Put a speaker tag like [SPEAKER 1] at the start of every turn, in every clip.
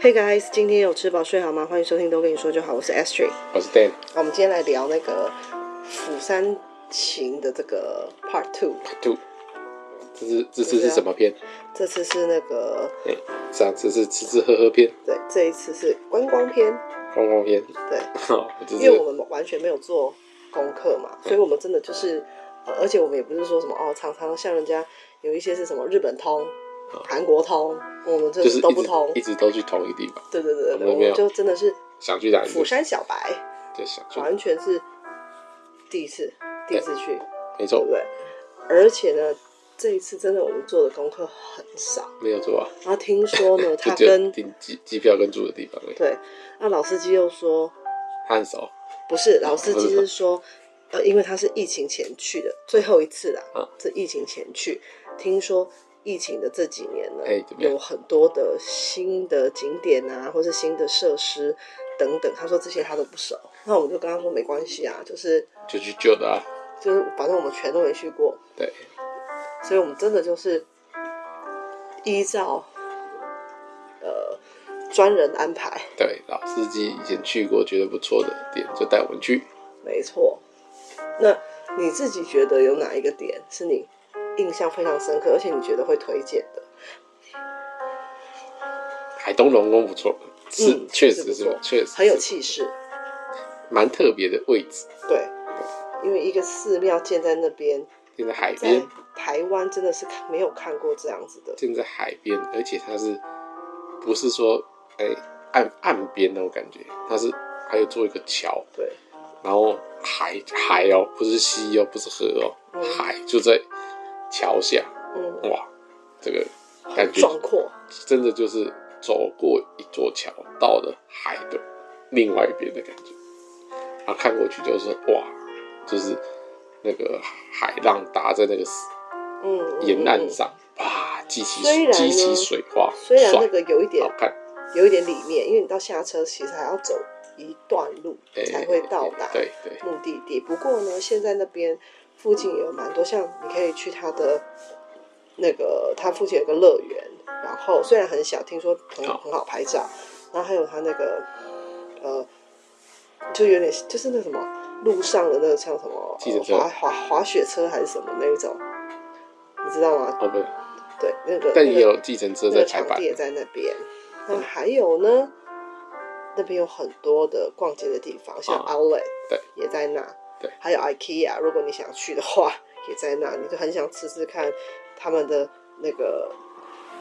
[SPEAKER 1] Hey guys，今天有吃饱睡好吗？欢迎收听《都跟你说就好》，我是 Astrid。
[SPEAKER 2] 我是 Dan，
[SPEAKER 1] 我们今天来聊那个釜山行的这个 Part Two，
[SPEAKER 2] 兔。这是这次是什么片？
[SPEAKER 1] 这次是那个
[SPEAKER 2] 哎、上次是吃吃喝喝片、
[SPEAKER 1] 对，这一次是观光篇，
[SPEAKER 2] 逛逛片。
[SPEAKER 1] 对，
[SPEAKER 2] 好，这
[SPEAKER 1] 因为我
[SPEAKER 2] 是
[SPEAKER 1] 们完全没有做功课嘛，所以我们真的就是，呃而且我们也不是说什么哦，常常像人家有一些是什么日本通、韩国通，我们真的
[SPEAKER 2] 哦就是
[SPEAKER 1] 是
[SPEAKER 2] 一
[SPEAKER 1] 都不
[SPEAKER 2] 直
[SPEAKER 1] 通
[SPEAKER 2] 一。直都去同一地方，
[SPEAKER 1] 对对对
[SPEAKER 2] 我
[SPEAKER 1] 对，
[SPEAKER 2] 们
[SPEAKER 1] 我
[SPEAKER 2] 没有
[SPEAKER 1] 们就真的是
[SPEAKER 2] 想去哪里就
[SPEAKER 1] 釜山小白，
[SPEAKER 2] 就想去，
[SPEAKER 1] 完全是第一次，第一次去。
[SPEAKER 2] 没
[SPEAKER 1] 对
[SPEAKER 2] 错
[SPEAKER 1] 不，对？而且呢，这一次真的我们做的功课很少，
[SPEAKER 2] 没有错啊，
[SPEAKER 1] 然后听说 呢，
[SPEAKER 2] 就
[SPEAKER 1] 他
[SPEAKER 2] 只有
[SPEAKER 1] 跟
[SPEAKER 2] 订机机票跟住的地方而已。
[SPEAKER 1] 对，那老司机又说
[SPEAKER 2] 他很熟，
[SPEAKER 1] 不是，老司机
[SPEAKER 2] 不
[SPEAKER 1] 是说，呃，因为他是疫情前去的，最后一次啦
[SPEAKER 2] 啊，
[SPEAKER 1] 这疫情前去，听说。疫情的这几年呢
[SPEAKER 2] 哎怎，么样
[SPEAKER 1] 有很多的新的景点啊，或是新的设施等等。他说这些他都不熟，那我们就跟他说没关系啊，就是
[SPEAKER 2] 就去旧的啊。
[SPEAKER 1] 就是，反正我们全都没去过，
[SPEAKER 2] 对，
[SPEAKER 1] 所以我们真的就是依照呃专人安排，
[SPEAKER 2] 对，老司机以前去过觉得不错的点，就带我们去。
[SPEAKER 1] 没错。那你自己觉得有哪一个点是你印象非常深刻，而且你觉得会推荐的？
[SPEAKER 2] 海东龙宫不错，是
[SPEAKER 1] 嗯
[SPEAKER 2] 确
[SPEAKER 1] 是不
[SPEAKER 2] 实是
[SPEAKER 1] 错
[SPEAKER 2] 确实
[SPEAKER 1] 很有
[SPEAKER 2] 是
[SPEAKER 1] 气势，
[SPEAKER 2] 蛮特别的位置，
[SPEAKER 1] 对，因为一个寺庙建在那边，
[SPEAKER 2] 就在海边
[SPEAKER 1] 在。台湾真的是看没有看过这样子的，
[SPEAKER 2] 建在海边，而且它是不是说哎、岸岸边那种感觉？它是还有做一个桥，
[SPEAKER 1] 对，
[SPEAKER 2] 然后海海哦，不是溪哦，不是河哦，
[SPEAKER 1] 嗯
[SPEAKER 2] 海就在桥下，
[SPEAKER 1] 嗯，
[SPEAKER 2] 哇，这个感觉
[SPEAKER 1] 壮阔，
[SPEAKER 2] 真的就是走过一座桥，到了海的另外一边的感觉。然后看过去就是哇，就是那个海浪打在那个
[SPEAKER 1] 嗯，嗯
[SPEAKER 2] 沿岸。
[SPEAKER 1] 嗯嗯
[SPEAKER 2] 上，哇，激起
[SPEAKER 1] 虽然呢
[SPEAKER 2] 激起水花，
[SPEAKER 1] 虽然那
[SPEAKER 2] 爽
[SPEAKER 1] 个有一点
[SPEAKER 2] 好看，
[SPEAKER 1] 有一点里面，因为你到下车其实还要走一段路
[SPEAKER 2] 哎
[SPEAKER 1] 才会到达
[SPEAKER 2] 对对，
[SPEAKER 1] 目的地。不过呢，现在那边附近也有蛮多，像你可以去它的那个，它附近有个乐园，然后虽然很小，听说很
[SPEAKER 2] 好
[SPEAKER 1] 很好拍照，然后还有它那个呃，就有点就是那什么路上的那个像什么
[SPEAKER 2] 计程车
[SPEAKER 1] 呃滑滑滑雪车还是什么那一种，你知道吗？
[SPEAKER 2] 哦不，
[SPEAKER 1] 对，那个
[SPEAKER 2] 但
[SPEAKER 1] 那
[SPEAKER 2] 也
[SPEAKER 1] 个
[SPEAKER 2] 有计程车
[SPEAKER 1] 那
[SPEAKER 2] 在嗯
[SPEAKER 1] 个
[SPEAKER 2] 台
[SPEAKER 1] 场
[SPEAKER 2] 版
[SPEAKER 1] 地，也在那边。那还有呢，那边有很多的逛街的地方，像
[SPEAKER 2] 啊
[SPEAKER 1] Outlet，、
[SPEAKER 2] 对，
[SPEAKER 1] 也在那，
[SPEAKER 2] 对，
[SPEAKER 1] 还有 IKEA，如果你想去的话，也在那，你就很想吃吃看他们的那个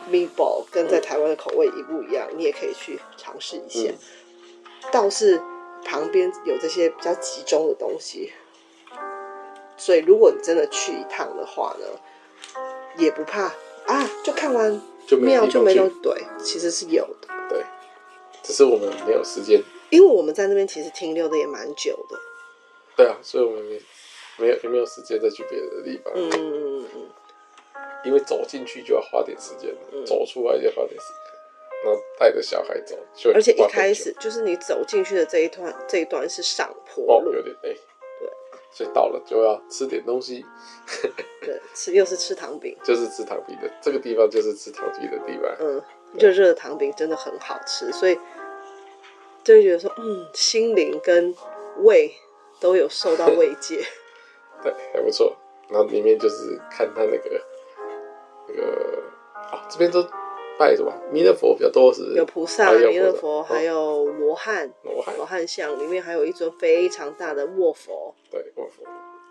[SPEAKER 1] meatball 跟
[SPEAKER 2] 嗯
[SPEAKER 1] 在台湾的口味一不一样，你也可以去尝试一下。
[SPEAKER 2] 嗯
[SPEAKER 1] 倒是旁边有这些比较集中的东西，所以如果你真的去一趟的话呢，也不怕啊，就看完
[SPEAKER 2] 就没
[SPEAKER 1] 庙
[SPEAKER 2] 有地
[SPEAKER 1] 就
[SPEAKER 2] 方
[SPEAKER 1] 没有
[SPEAKER 2] 去，
[SPEAKER 1] 对，其实是有的，
[SPEAKER 2] 对，只是我们没有时间，
[SPEAKER 1] 因为我们在那边其实停留的也蛮久的，
[SPEAKER 2] 对啊，所以我们没没有也没有时间再去别的地方，
[SPEAKER 1] 嗯，
[SPEAKER 2] 因为走进去就要花点时间
[SPEAKER 1] 嗯，
[SPEAKER 2] 走出来就要花点时间，然后带着小孩走，就
[SPEAKER 1] 而且一
[SPEAKER 2] 花很久
[SPEAKER 1] 开始就是你走进去的这一段这一段是上坡
[SPEAKER 2] 哦
[SPEAKER 1] 路，
[SPEAKER 2] 有点累，对，所以到了就要吃点东西，
[SPEAKER 1] 对，吃又是吃糖饼，
[SPEAKER 2] 就是吃糖皮的这个地方就是吃糖皮的地方，
[SPEAKER 1] 嗯，热热的糖饼真的很好吃，所以就会觉得说，嗯，心灵跟胃都有受到慰 藉，
[SPEAKER 2] 对，还不错。然后里面就是看他那个那个啊，这边都拜什么弥勒佛比较多，是不是？
[SPEAKER 1] 哎有菩萨、哦
[SPEAKER 2] 还有
[SPEAKER 1] 弥勒佛，
[SPEAKER 2] 菩萨哦
[SPEAKER 1] 还有罗汉，
[SPEAKER 2] 罗汉，
[SPEAKER 1] 罗汉像里面还有一尊非常大的卧佛，
[SPEAKER 2] 对，卧佛。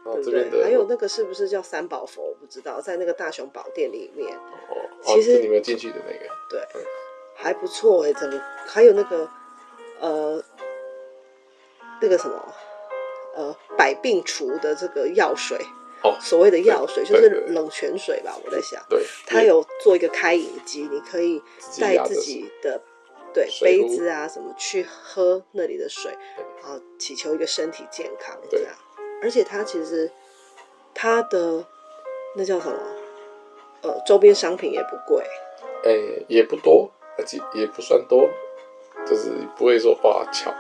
[SPEAKER 2] 然后
[SPEAKER 1] 对
[SPEAKER 2] 这
[SPEAKER 1] 不
[SPEAKER 2] 边
[SPEAKER 1] 对？
[SPEAKER 2] 的哦
[SPEAKER 1] 还有那个是不是叫三宝佛？我不知道，在那个大雄宝殿里面，
[SPEAKER 2] 哦，哦
[SPEAKER 1] 其实
[SPEAKER 2] 是你们进去的那个
[SPEAKER 1] 对
[SPEAKER 2] 嗯，
[SPEAKER 1] 还不错哎、整个还有那个呃那个什么呃百病除的这个药水，
[SPEAKER 2] 哦，
[SPEAKER 1] 所谓的药水就
[SPEAKER 2] 对
[SPEAKER 1] 是
[SPEAKER 2] 对对
[SPEAKER 1] 冷泉水吧，我在想，
[SPEAKER 2] 对，
[SPEAKER 1] 它有做一个开饮机，你可以
[SPEAKER 2] 自己
[SPEAKER 1] 带
[SPEAKER 2] 压着
[SPEAKER 1] 自己的。对
[SPEAKER 2] 水
[SPEAKER 1] 杯
[SPEAKER 2] 壶
[SPEAKER 1] 子啊，什么去喝那里的水，
[SPEAKER 2] 对
[SPEAKER 1] 然后祈求一个身体健康这
[SPEAKER 2] 对
[SPEAKER 1] 样。而且它其实它的那叫什么？呃，周边商品也不贵，
[SPEAKER 2] 哎也不多，而且也不算多，就是不会说哇巧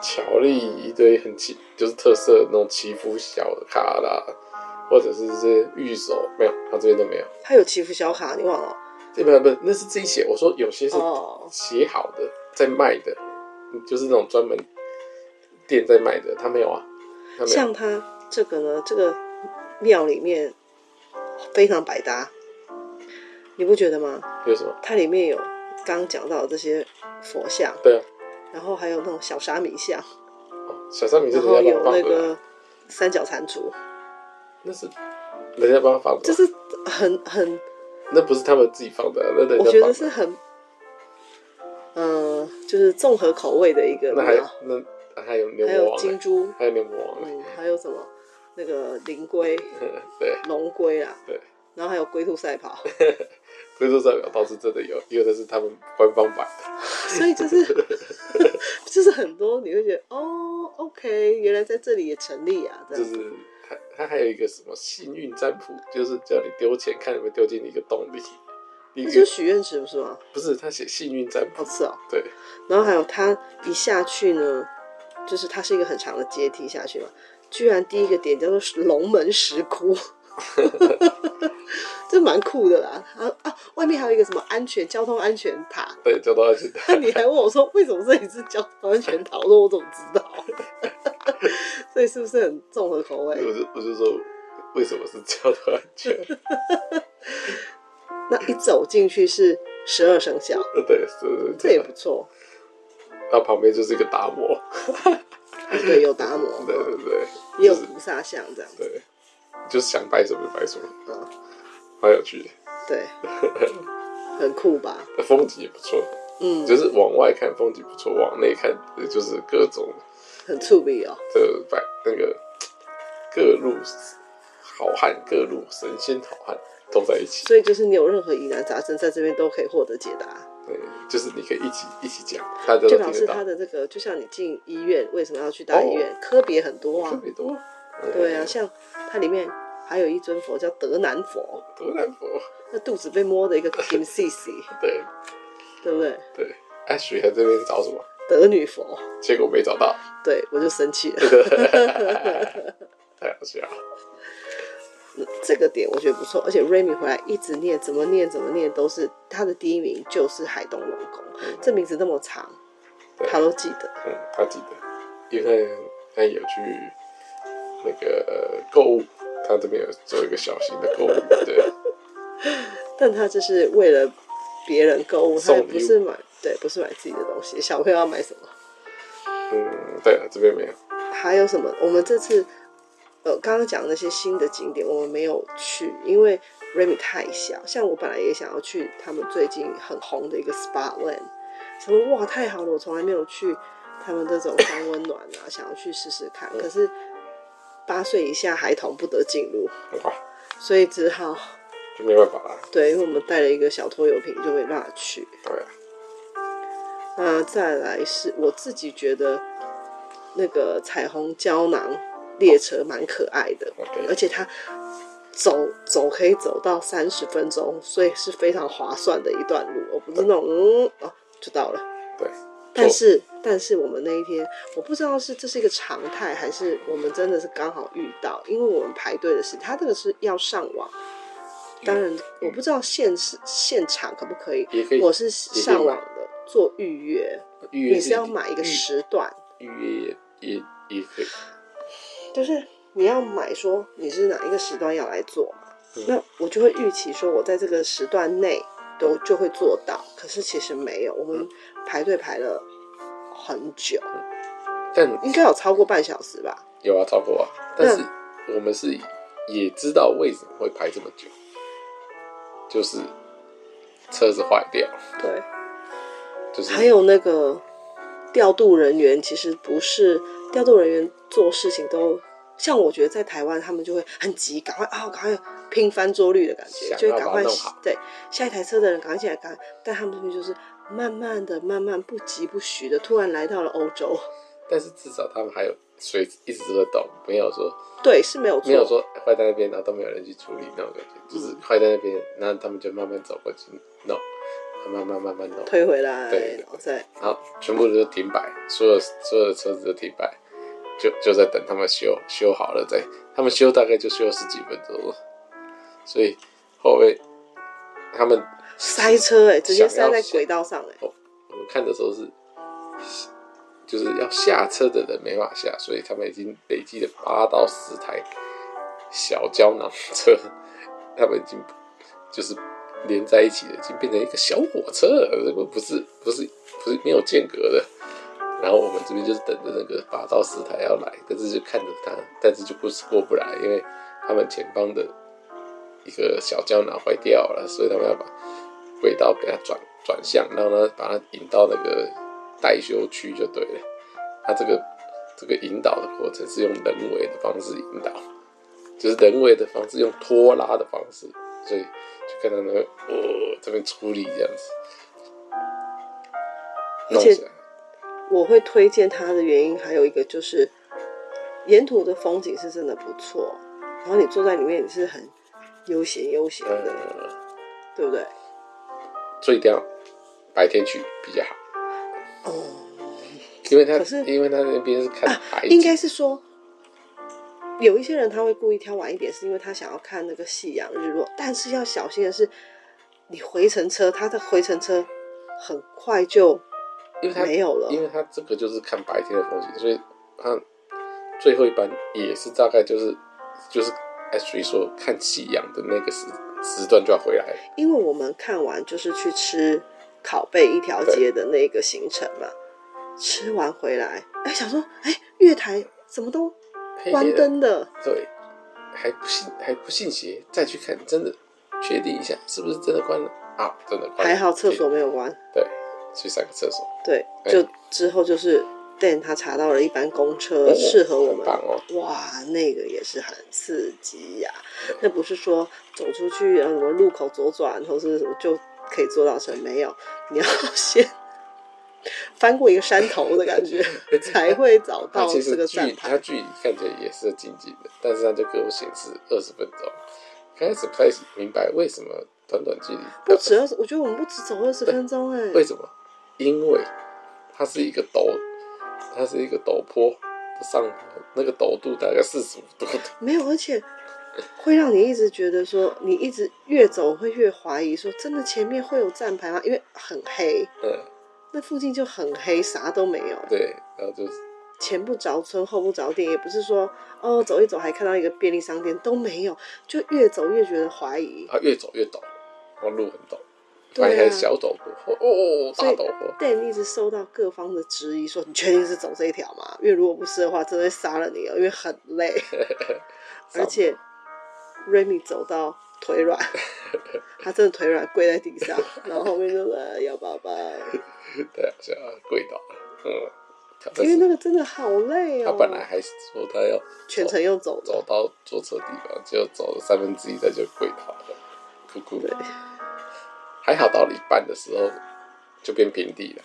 [SPEAKER 2] 巧力一堆很奇，就是特色的那种祈福小的卡啦，或者是这些玉手没有，它这边都没有。
[SPEAKER 1] 它有祈福小卡，你忘了？
[SPEAKER 2] 这不是不是，那是自己写。我说有些是
[SPEAKER 1] 哦，
[SPEAKER 2] 写好的，在卖的，就是那种专门店在卖的，他没有啊，他没有。
[SPEAKER 1] 像它这个呢，这个庙里面非常百搭，你不觉得吗？
[SPEAKER 2] 有什么？
[SPEAKER 1] 它里面有刚刚讲到的这些佛像，
[SPEAKER 2] 对啊，
[SPEAKER 1] 然后还有那种小沙弥像，
[SPEAKER 2] 哦，小商品是
[SPEAKER 1] 然
[SPEAKER 2] 人
[SPEAKER 1] 后
[SPEAKER 2] 家帮
[SPEAKER 1] 有那
[SPEAKER 2] 他放的啊，
[SPEAKER 1] 个三角蟾蜍，
[SPEAKER 2] 那是人家帮他放的啊，
[SPEAKER 1] 就是很很，
[SPEAKER 2] 那不是他们自己放的啊，那人
[SPEAKER 1] 我
[SPEAKER 2] 家
[SPEAKER 1] 觉
[SPEAKER 2] 放
[SPEAKER 1] 得
[SPEAKER 2] 的
[SPEAKER 1] 是
[SPEAKER 2] 啊。
[SPEAKER 1] 很，嗯，就是综合口味的一个
[SPEAKER 2] 那还
[SPEAKER 1] 庙，
[SPEAKER 2] 那还有牛
[SPEAKER 1] 啊还
[SPEAKER 2] 魔
[SPEAKER 1] 有
[SPEAKER 2] 王
[SPEAKER 1] 金
[SPEAKER 2] 欸，
[SPEAKER 1] 珠，
[SPEAKER 2] 还有牛魔王欸，
[SPEAKER 1] 嗯，还有什么那个灵 龟、
[SPEAKER 2] 对，
[SPEAKER 1] 龙龟啦，
[SPEAKER 2] 对，
[SPEAKER 1] 然后还有龟兔赛 跑，
[SPEAKER 2] 所以说这表倒是真的有，也有的是他们官方版的，
[SPEAKER 1] 所以就是 就是很多你会觉得哦，OK，原来在这里也成立啊，这
[SPEAKER 2] 就
[SPEAKER 1] 样
[SPEAKER 2] 是他他还有一个什么幸运占卜，就是叫你丢钱看有没有丢进一个洞里，一
[SPEAKER 1] 那
[SPEAKER 2] 个
[SPEAKER 1] 就是许愿池不是吗？
[SPEAKER 2] 不是他写幸运占卜
[SPEAKER 1] 哦，，是哦。
[SPEAKER 2] 对，
[SPEAKER 1] 然后还有它一下去呢，就是它是一个很长的阶梯下去嘛，居然第一个点叫做龙门石窟， 这蛮酷的啦。啊啊，外面还有一个什么安全交通安全塔。
[SPEAKER 2] 对，交到安全
[SPEAKER 1] 那
[SPEAKER 2] 带，
[SPEAKER 1] 你还问我说为什么这里是交通安全塔？我说我怎么知道？所以是不是很重合口味？
[SPEAKER 2] 我就我就说为什么是交到安全？
[SPEAKER 1] 那一走进去是十二生肖，
[SPEAKER 2] 对，是
[SPEAKER 1] 这也不错。
[SPEAKER 2] 那旁边就是一个达摩，
[SPEAKER 1] 对，有达摩，
[SPEAKER 2] 对对对，
[SPEAKER 1] 也有
[SPEAKER 2] 就是
[SPEAKER 1] 菩萨像这样子。
[SPEAKER 2] 对，就是想摆什么就摆什么，
[SPEAKER 1] 嗯，
[SPEAKER 2] 蛮有趣的，
[SPEAKER 1] 对，很酷吧？
[SPEAKER 2] 风景也不错，
[SPEAKER 1] 嗯，
[SPEAKER 2] 就是往外看风景不错，往内看就是各种
[SPEAKER 1] 很触鼻哦。
[SPEAKER 2] 的摆那个各路好汉，各路神仙好汉都在一起，
[SPEAKER 1] 所以就是你有任何疑难杂症，在这边都可以获得解答。
[SPEAKER 2] 对，就是你可以一起一起讲，大家都
[SPEAKER 1] 就
[SPEAKER 2] 听
[SPEAKER 1] 表
[SPEAKER 2] 得
[SPEAKER 1] 示
[SPEAKER 2] 到
[SPEAKER 1] 他，的这个，就像你进医院，为什么要去大医院？科别很多
[SPEAKER 2] 特
[SPEAKER 1] 啊。
[SPEAKER 2] 别多，嗯
[SPEAKER 1] 对啊，，像它里面还有一尊佛叫德南佛，
[SPEAKER 2] 多难佛，
[SPEAKER 1] 那肚子被摸的一个 Kim C C，
[SPEAKER 2] 对
[SPEAKER 1] 对不对？
[SPEAKER 2] 对，哎，许在这边找什么？
[SPEAKER 1] 德女佛，
[SPEAKER 2] 结果没找到，
[SPEAKER 1] 对我就生气了。
[SPEAKER 2] 太好笑了。
[SPEAKER 1] 这个点我觉得不错，而且 Remy 回来一直念，怎么念怎么念都是他的第一名就是海东龙宫，这名字那么长，
[SPEAKER 2] 嗯对
[SPEAKER 1] 他都记得。
[SPEAKER 2] 嗯，他记得，因为他有去那个呃购物，他这边有做一个小型的购物，对，
[SPEAKER 1] 但他就是为了别人购物，他
[SPEAKER 2] 送
[SPEAKER 1] 也
[SPEAKER 2] 礼物
[SPEAKER 1] 不是买对，不是买自己的东西。小朋友要买什么？
[SPEAKER 2] 嗯，对啊，这边没有，
[SPEAKER 1] 还有什么？我们这次呃刚刚讲那些新的景点，我们没有去，因为 Remy 太小。像我本来也想要去他们最近很红的一个 Spotland，想说哇太好了，我从来没有去他们这种三温暖啊，想要去试试看。
[SPEAKER 2] 嗯
[SPEAKER 1] 可是八岁以下孩童不得进入，
[SPEAKER 2] 哇，
[SPEAKER 1] 所以只好
[SPEAKER 2] 就没办法啦，
[SPEAKER 1] 对，因为我们带了一个小拖油瓶，就没办法去。
[SPEAKER 2] 对啊，
[SPEAKER 1] 那再来是我自己觉得那个彩虹胶囊列车蛮可爱的，而
[SPEAKER 2] OK，
[SPEAKER 1] 且它走走可以走到三十分钟，所以是非常划算的一段路。我不是那种嗯哦就到了，
[SPEAKER 2] 对，
[SPEAKER 1] 但是但是我们那一天我不知道是这是一个常态，还是我们真的是刚好遇到，因为我们排队的是它这个是要上网。当然，我不知道现是现场可不可以，
[SPEAKER 2] 也可以
[SPEAKER 1] 我是
[SPEAKER 2] 可以
[SPEAKER 1] 上
[SPEAKER 2] 买
[SPEAKER 1] 网的做预约，
[SPEAKER 2] 做预约
[SPEAKER 1] 你是要买一个
[SPEAKER 2] 预
[SPEAKER 1] 时段，
[SPEAKER 2] 预约也也也可以，
[SPEAKER 1] 就是你要买说你是哪一个时段要来做嘛，那我就会预期说我在这个时段内都就会做到，可是其实没有，我们排队排了很久，
[SPEAKER 2] 但
[SPEAKER 1] 应该有超过半小时吧。
[SPEAKER 2] 有啊，超过啊，但是
[SPEAKER 1] 嗯
[SPEAKER 2] 我们是也知道为什么会排这么久，就是车子坏掉，
[SPEAKER 1] 对，
[SPEAKER 2] 就是
[SPEAKER 1] 还有那个调度人员，其实不是调度人员做事情都像我觉得在台湾他们就会很急，赶快啊，赶快拼翻桌率的感觉，
[SPEAKER 2] 想
[SPEAKER 1] 就
[SPEAKER 2] 要
[SPEAKER 1] 会赶快
[SPEAKER 2] 把它弄好
[SPEAKER 1] 对下一台车的人赶快进来，赶快，但他们这边就是慢慢的、慢慢不急不徐的，突然来到了欧洲，
[SPEAKER 2] 但是至少他们还有水一直都在动，没有说
[SPEAKER 1] 对，是没有错，
[SPEAKER 2] 没有说坏在那边，然后都没有人去处理那种感觉，
[SPEAKER 1] 嗯
[SPEAKER 2] 就是坏在那边，然后他们就慢慢走过去弄，慢慢慢慢弄，
[SPEAKER 1] 推回来，
[SPEAKER 2] 对对对
[SPEAKER 1] 然后再
[SPEAKER 2] 然后全部都停摆，所有所有的车子都停摆，就就在等他们修修好了再，他们修大概就修了十几分钟，所以后面他们
[SPEAKER 1] 塞车哎、直接塞
[SPEAKER 2] 想要
[SPEAKER 1] 在
[SPEAKER 2] 下
[SPEAKER 1] 轨道上哎、
[SPEAKER 2] 我们看的时候是，就是要下车的人没办法下，所以他们已经累积了八到十台小胶囊车，他们已经就是连在一起了，已经变成一个小火车了，这个不是不是不是没有间隔的。然后我们这边就是等着那个八到十台要来，但是就看着他，但是就不是过不来，因为他们前方的一个小胶囊坏掉了，所以他们要把轨道给它转转向，让它把它引到那个待修区就对了。它这个这个引导的过程是用人为的方式引导，就是人为的方式，用拖拉的方式，所以就看到那个哦这边处理这样子，
[SPEAKER 1] 而且
[SPEAKER 2] 弄起来
[SPEAKER 1] 我会推荐它的原因还有一个就是，沿途的风景是真的不错，然后你坐在里面你是很悠闲悠闲的，
[SPEAKER 2] 呃，
[SPEAKER 1] 对不对？
[SPEAKER 2] 所以一定要白天去比较好，
[SPEAKER 1] 哦，
[SPEAKER 2] 因为它
[SPEAKER 1] 可是啊
[SPEAKER 2] 因为它那边是看海景，
[SPEAKER 1] 应该是说，有一些人他会故意挑晚一点，是因为他想要看那个夕阳日落。但是要小心的是，你回程车，他的回程车很快就
[SPEAKER 2] 因为它
[SPEAKER 1] 没有了。
[SPEAKER 2] 因为它这个就是看白天的风景，所以它最后一班也是大概就是就是哎，所以说看夕阳的那个时时段就要回来了。
[SPEAKER 1] 因为我们看完就是去吃烤贝一条街的那个行程嘛，吃完回来，哎，想说，哎，月台怎么都
[SPEAKER 2] 黑
[SPEAKER 1] 关
[SPEAKER 2] 夜
[SPEAKER 1] 灯的，
[SPEAKER 2] 对，还不信还不信邪，再去看，真的确定一下是不是真的关了啊？真的关了，
[SPEAKER 1] 还好厕所没有关。
[SPEAKER 2] 对，去上个厕所，
[SPEAKER 1] 对，
[SPEAKER 2] 哎
[SPEAKER 1] 就之后就是 Dan 他查到了一班公车
[SPEAKER 2] 哦
[SPEAKER 1] 呃适合我们
[SPEAKER 2] 很棒哦，
[SPEAKER 1] 哇，那个也是很刺激呀、那不是说走出去然后什么路口左转或是什么就可以做到什么，没有，你要 先翻过一个山头的感 觉才会找
[SPEAKER 2] 它
[SPEAKER 1] 到
[SPEAKER 2] 其
[SPEAKER 1] 这
[SPEAKER 2] 实
[SPEAKER 1] 个
[SPEAKER 2] 距
[SPEAKER 1] 站
[SPEAKER 2] 它
[SPEAKER 1] 牌。
[SPEAKER 2] 距离看起来也是近近的，但是它就给我显示二十分钟，刚开始不太明白为什么短短距离
[SPEAKER 1] 不止二十，我觉得我们不止走二十分钟哎、
[SPEAKER 2] 为什么？因为它是一个陡，它是一个陡坡的上坡，那个陡度大概四十五度。
[SPEAKER 1] 没有，而且会让你一直觉得说，你一直越走会越怀疑说，真的前面会有站牌吗？因为很黑，
[SPEAKER 2] 嗯，
[SPEAKER 1] 那附近就很黑，啥都没有。
[SPEAKER 2] 对，然后就是
[SPEAKER 1] 前不着村后不着店，也不是说哦走一走还看到一个便利商店都没有，就越走越觉得怀疑。
[SPEAKER 2] 它越走越陡，然后路很陡，
[SPEAKER 1] 对啊
[SPEAKER 2] 反正还是小陡坡，哦哦哦，大
[SPEAKER 1] 所以
[SPEAKER 2] 陡坡。
[SPEAKER 1] Dan 一直受到各方的质疑，说你确定是走这一条吗？因为如果不是的话，真的会杀了你哦，因为很 累，而且 Remy 走到腿软，他真的腿软跪在地上，然后后面就说哎要抱 抱，
[SPEAKER 2] 对啊，现在跪倒了，嗯，挑战
[SPEAKER 1] 因为
[SPEAKER 2] 是
[SPEAKER 1] 那个真的好累哦。
[SPEAKER 2] 他本来还是说他要
[SPEAKER 1] 全程用走
[SPEAKER 2] 走
[SPEAKER 1] 的，
[SPEAKER 2] 到坐车地方，结果走了三分之一，他就跪倒了，哭哭。
[SPEAKER 1] 对，
[SPEAKER 2] 还好到了一半的时候就变平地了，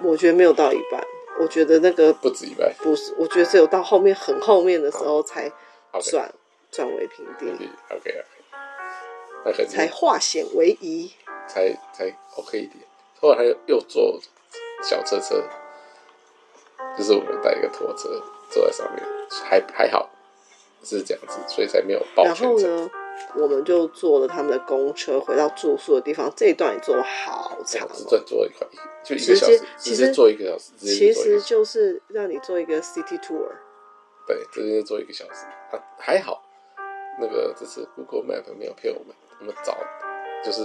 [SPEAKER 1] 我觉得没有到一半，我觉得那个
[SPEAKER 2] 不止一半，
[SPEAKER 1] 不是，我觉得只有到后面很后面的时候才
[SPEAKER 2] OK
[SPEAKER 1] 转转为平地，
[SPEAKER 2] OK OK，那肯定
[SPEAKER 1] 才化险为夷。
[SPEAKER 2] 才才 OK 一点。后来又又坐小车车，就是我们带一个拖车坐在上面，还还好是这样子，所以才没有爆
[SPEAKER 1] 然
[SPEAKER 2] 全
[SPEAKER 1] 后
[SPEAKER 2] 程。
[SPEAKER 1] 呢，我们就坐了他们的公车回到住宿的地方。这一段也坐了好
[SPEAKER 2] 这
[SPEAKER 1] 长
[SPEAKER 2] 样子
[SPEAKER 1] 哦，
[SPEAKER 2] 再坐一块，就一个小
[SPEAKER 1] 直接，
[SPEAKER 2] 时直
[SPEAKER 1] 其实
[SPEAKER 2] 接坐一个小时，直
[SPEAKER 1] 其
[SPEAKER 2] 接坐一个
[SPEAKER 1] 实
[SPEAKER 2] 小时
[SPEAKER 1] 就是让你做一个 city tour。
[SPEAKER 2] 对，直接坐一个小时。啊，还好，那个这次 Google Map 没有骗我们，我们早就是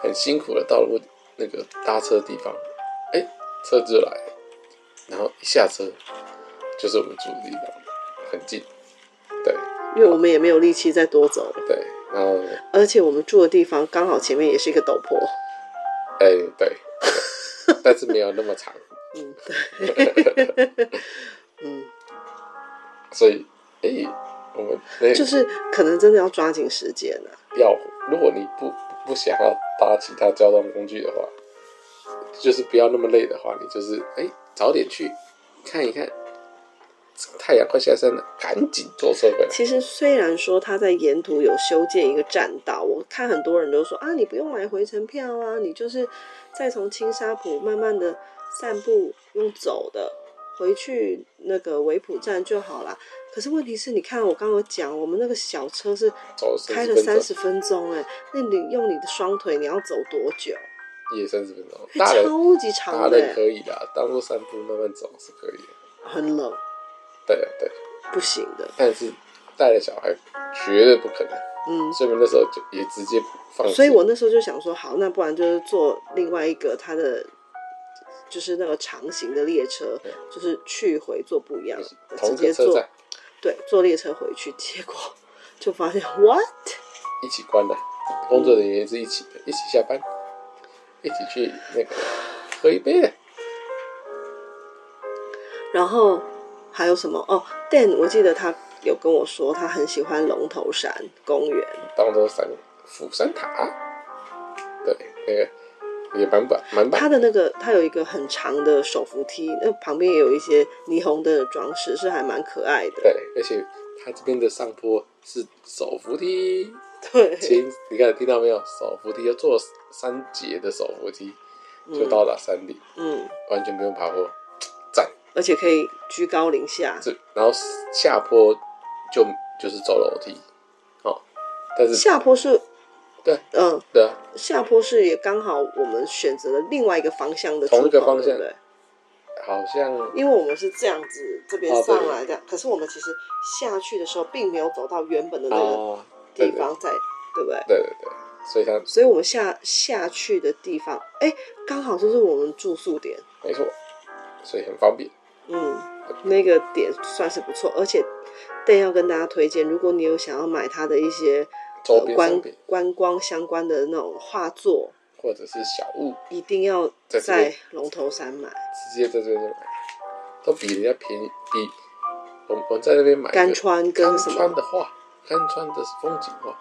[SPEAKER 2] 很辛苦的到了那个搭车地方，哎、车子就来了，然后一下车就是我们住的地方，很近。对
[SPEAKER 1] 因为我们也没有力气再多走，
[SPEAKER 2] 对，然后
[SPEAKER 1] 而且我们住的地方刚好前面也是一个陡坡，
[SPEAKER 2] 哎、对对，但是没有那么长，
[SPEAKER 1] 嗯， 对，嗯，
[SPEAKER 2] 所以哎、我们那
[SPEAKER 1] 就是可能真的要抓紧时间了、
[SPEAKER 2] 要，如果你不不想要搭其他交通工具的话，就是不要那么累的话，你就是哎、早点去看一看，太阳快下山了，赶紧坐车回来。
[SPEAKER 1] 其实虽然说他在沿途有修建一个栈道，我看很多人都说啊，你不用买回程票啊，你就是再从青沙浦慢慢的散步用走的回去那个维普站就好啦。可是问题是，你看我刚刚有讲，我们那个小车是
[SPEAKER 2] 走30
[SPEAKER 1] 开了
[SPEAKER 2] 分钟
[SPEAKER 1] 三十分钟，哎，那你用你的双腿，你要走多久？
[SPEAKER 2] 也三十分钟，大人
[SPEAKER 1] 超级长
[SPEAKER 2] 大
[SPEAKER 1] 的
[SPEAKER 2] 人
[SPEAKER 1] 欸，
[SPEAKER 2] 可以啦，当做散步慢慢走是可以的。
[SPEAKER 1] 很冷，
[SPEAKER 2] 对啊，对，
[SPEAKER 1] 不行的。
[SPEAKER 2] 但是带了小孩绝对不可能，
[SPEAKER 1] 嗯，
[SPEAKER 2] 所以我们那时候就也直接放弃。
[SPEAKER 1] 所以我那时候就想说，好，那不然就是坐另外一个它的，就是那个长型的列车，就是去回坐不一样，直
[SPEAKER 2] 同一
[SPEAKER 1] 接
[SPEAKER 2] 个车
[SPEAKER 1] 坐
[SPEAKER 2] 站
[SPEAKER 1] 对坐列车回去，结果就发现 what
[SPEAKER 2] 一起关了，工作人员也是一起的，一起下班，一起去那个喝一杯的。
[SPEAKER 1] 然后还有什么哦？Dan，我记得他有跟我说，他很喜欢龙头山公园。
[SPEAKER 2] 当做三釜山塔，对，那个也蛮板蛮
[SPEAKER 1] 它
[SPEAKER 2] 板，
[SPEAKER 1] 的那个，它有一个很长的手扶梯，那旁边也有一些霓虹灯的装饰，是还蛮可爱的。
[SPEAKER 2] 对，而且它这边的上坡是手扶梯，
[SPEAKER 1] 对，
[SPEAKER 2] 前你看听到没有？手扶梯要做三节的手扶梯，就到达山顶，
[SPEAKER 1] 嗯，
[SPEAKER 2] 完全不用爬坡，赞。
[SPEAKER 1] 而且可以居高临下，
[SPEAKER 2] 这然后下坡就就是走楼梯，哦，但是
[SPEAKER 1] 下坡是，
[SPEAKER 2] 对，
[SPEAKER 1] 嗯，
[SPEAKER 2] 对啊，
[SPEAKER 1] 下坡是也刚好我们选择了另外一个方向的出口
[SPEAKER 2] 同一个方向
[SPEAKER 1] 对不对？
[SPEAKER 2] 好像
[SPEAKER 1] 因为我们是这样子这边
[SPEAKER 2] 哦对
[SPEAKER 1] 上来的，可是我们其实下去的时候并没有走到原本的那个
[SPEAKER 2] 啊，对
[SPEAKER 1] 地
[SPEAKER 2] 对
[SPEAKER 1] 方在，对不对？
[SPEAKER 2] 对对对，所以它
[SPEAKER 1] 所以我们下下去的地方，哎，刚好就是我们住宿点，
[SPEAKER 2] 没错，所以很方便。
[SPEAKER 1] 嗯，那个点算是不错，而且 Dan 要跟大家推荐，如果你有想要买它的一些
[SPEAKER 2] 周
[SPEAKER 1] 呃
[SPEAKER 2] 边商
[SPEAKER 1] 观
[SPEAKER 2] 品
[SPEAKER 1] 观光相关的那种画作，
[SPEAKER 2] 或者是小物，
[SPEAKER 1] 一定要
[SPEAKER 2] 在这边
[SPEAKER 1] 在龙头山买，
[SPEAKER 2] 直接在这边就买，都比人家便宜，比我们我们在那边买一个
[SPEAKER 1] 甘川跟
[SPEAKER 2] 甘
[SPEAKER 1] 什
[SPEAKER 2] 川
[SPEAKER 1] 么？
[SPEAKER 2] 的画，甘川的风景画，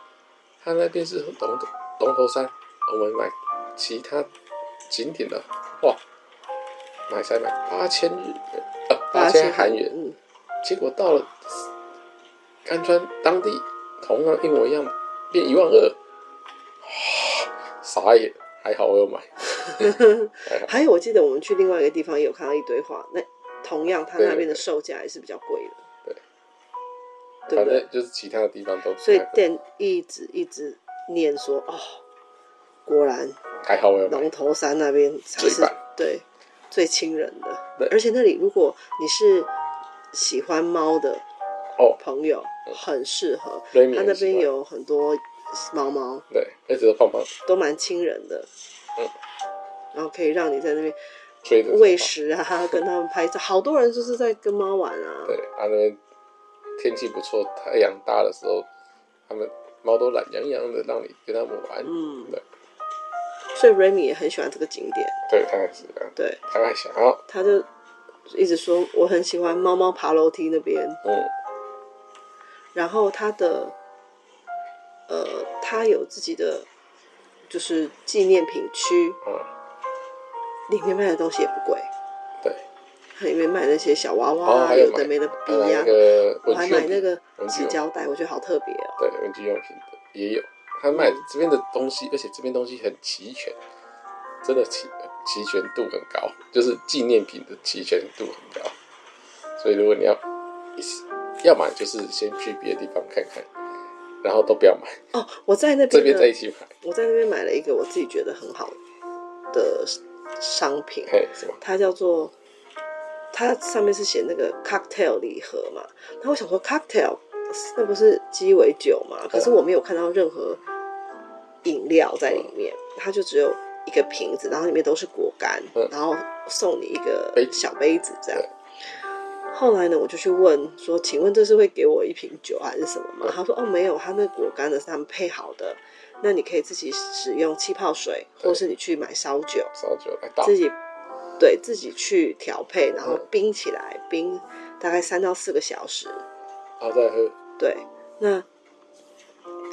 [SPEAKER 2] 它那边是龙龙头山，我们买其他景点的画，买才买八千日元，呃八千韩元，
[SPEAKER 1] 嗯，
[SPEAKER 2] 结果到了甘川当地，同样一模一样，变一万二， 傻眼，还好我有买，还好。
[SPEAKER 1] 还有我记得我们去另外一个地方也有看到一堆画，那同样它
[SPEAKER 2] 对
[SPEAKER 1] 那边的售价也是比较贵的，
[SPEAKER 2] 对，
[SPEAKER 1] 对
[SPEAKER 2] 反
[SPEAKER 1] 不对？
[SPEAKER 2] 正就是其他的地方都
[SPEAKER 1] 所以
[SPEAKER 2] 不太会
[SPEAKER 1] Dan 一直一直念说，哦，果然
[SPEAKER 2] 还好我有买
[SPEAKER 1] 龙，头山那边才是
[SPEAKER 2] 最棒
[SPEAKER 1] 对最亲人的
[SPEAKER 2] 对，
[SPEAKER 1] 而且那里如果你是喜欢猫的
[SPEAKER 2] 哦
[SPEAKER 1] 朋友，很适合。
[SPEAKER 2] 瑞米
[SPEAKER 1] 它
[SPEAKER 2] 很
[SPEAKER 1] 那
[SPEAKER 2] 喜
[SPEAKER 1] 边
[SPEAKER 2] 欢
[SPEAKER 1] 有很多猫猫，
[SPEAKER 2] 对，而且都胖胖
[SPEAKER 1] 都蛮亲人的，
[SPEAKER 2] 嗯，
[SPEAKER 1] 然后可以让你在那边
[SPEAKER 2] 追着
[SPEAKER 1] 喂
[SPEAKER 2] 跑
[SPEAKER 1] 食啊， 跟他们拍照。好多人就是在跟猫玩啊，
[SPEAKER 2] 对，啊那边天气不错，太阳大的时候，它们猫都懒洋洋的，让你跟它们玩。
[SPEAKER 1] 嗯
[SPEAKER 2] 对，
[SPEAKER 1] 所以 Remy 也很喜欢这个景点，
[SPEAKER 2] 对，它还是这样，
[SPEAKER 1] 对，
[SPEAKER 2] 它还想要，
[SPEAKER 1] 他就一直说我很喜欢猫猫爬楼梯那边，
[SPEAKER 2] 嗯，
[SPEAKER 1] 然后他的，呃，他有自己的就是纪念品区，
[SPEAKER 2] 啊，
[SPEAKER 1] 里面卖的东西也不贵，
[SPEAKER 2] 对，
[SPEAKER 1] 它里面卖那些小娃
[SPEAKER 2] 然后
[SPEAKER 1] 娃啊，
[SPEAKER 2] 哦还有
[SPEAKER 1] 有
[SPEAKER 2] 买
[SPEAKER 1] 的没的
[SPEAKER 2] 还
[SPEAKER 1] 笔
[SPEAKER 2] 买
[SPEAKER 1] 呀、
[SPEAKER 2] 那个
[SPEAKER 1] 我
[SPEAKER 2] 文
[SPEAKER 1] 还
[SPEAKER 2] 具用
[SPEAKER 1] 买
[SPEAKER 2] 品，
[SPEAKER 1] 那个
[SPEAKER 2] 文具
[SPEAKER 1] 纸
[SPEAKER 2] 用品，
[SPEAKER 1] 胶带，我觉得好特别哦。
[SPEAKER 2] 对，文具用品的也有，它卖这边的东西，而且这边东西很齐全，真的齐齐全度很高，就是纪念品的齐全度很高。所以如果你要，要买就是先去别的地方看看，然后都不要买，
[SPEAKER 1] 哦，我在那
[SPEAKER 2] 这
[SPEAKER 1] 边
[SPEAKER 2] 边
[SPEAKER 1] 呢，
[SPEAKER 2] 在一起买，
[SPEAKER 1] 我在那边买了一个我自己觉得很好的商品，
[SPEAKER 2] 嘿，什么？
[SPEAKER 1] 它叫做。它上面是写那个 cocktail 礼盒嘛，然后我想说 cocktail 那不是鸡尾酒嘛，可是
[SPEAKER 2] 啊
[SPEAKER 1] 我没有看到任何饮料在
[SPEAKER 2] 嗯
[SPEAKER 1] 里面，它就只有一个瓶子，然后里面都是果干
[SPEAKER 2] 嗯，
[SPEAKER 1] 然后送你一个
[SPEAKER 2] 杯子
[SPEAKER 1] 小杯子这样
[SPEAKER 2] 对。
[SPEAKER 1] 后来呢，我就去问说，请问这是会给我一瓶酒还是什么
[SPEAKER 2] 嗯
[SPEAKER 1] 吗？他说哦没有，他那果干的是他们配好的，那你可以自己使用气泡水，
[SPEAKER 2] 对
[SPEAKER 1] 或是你去买烧酒。
[SPEAKER 2] 烧酒来倒，
[SPEAKER 1] 自己对自己去调配，然后
[SPEAKER 2] 嗯
[SPEAKER 1] 冰起来，冰大概三到四个小时。
[SPEAKER 2] 然后再喝，
[SPEAKER 1] 对，那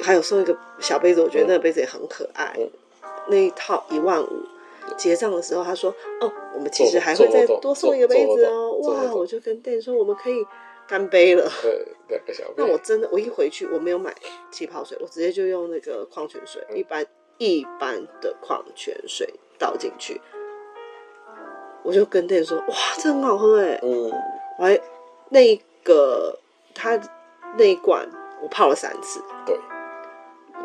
[SPEAKER 1] 还有送一个小杯子，我觉得那个杯子也很可爱
[SPEAKER 2] 嗯。
[SPEAKER 1] 那一套一万五，结账的时候他说：“哦，我们其
[SPEAKER 2] 做
[SPEAKER 1] 实还会
[SPEAKER 2] 做活
[SPEAKER 1] 再
[SPEAKER 2] 动
[SPEAKER 1] 多
[SPEAKER 2] 做
[SPEAKER 1] 送一个杯
[SPEAKER 2] 做活
[SPEAKER 1] 子
[SPEAKER 2] 动
[SPEAKER 1] 哦。”
[SPEAKER 2] 做活
[SPEAKER 1] 哇！
[SPEAKER 2] 动
[SPEAKER 1] 我就跟店说我们可以干杯了。
[SPEAKER 2] 对，呃两个小杯
[SPEAKER 1] 那，我真的，我一回去我没有买气泡水，我直接就用那个矿泉水，
[SPEAKER 2] 嗯
[SPEAKER 1] 一般一般的矿泉水倒进去。欸我就跟店说，哇，这很好喝哎！
[SPEAKER 2] 嗯，
[SPEAKER 1] 我还那个它那一罐我泡了三次，
[SPEAKER 2] 对。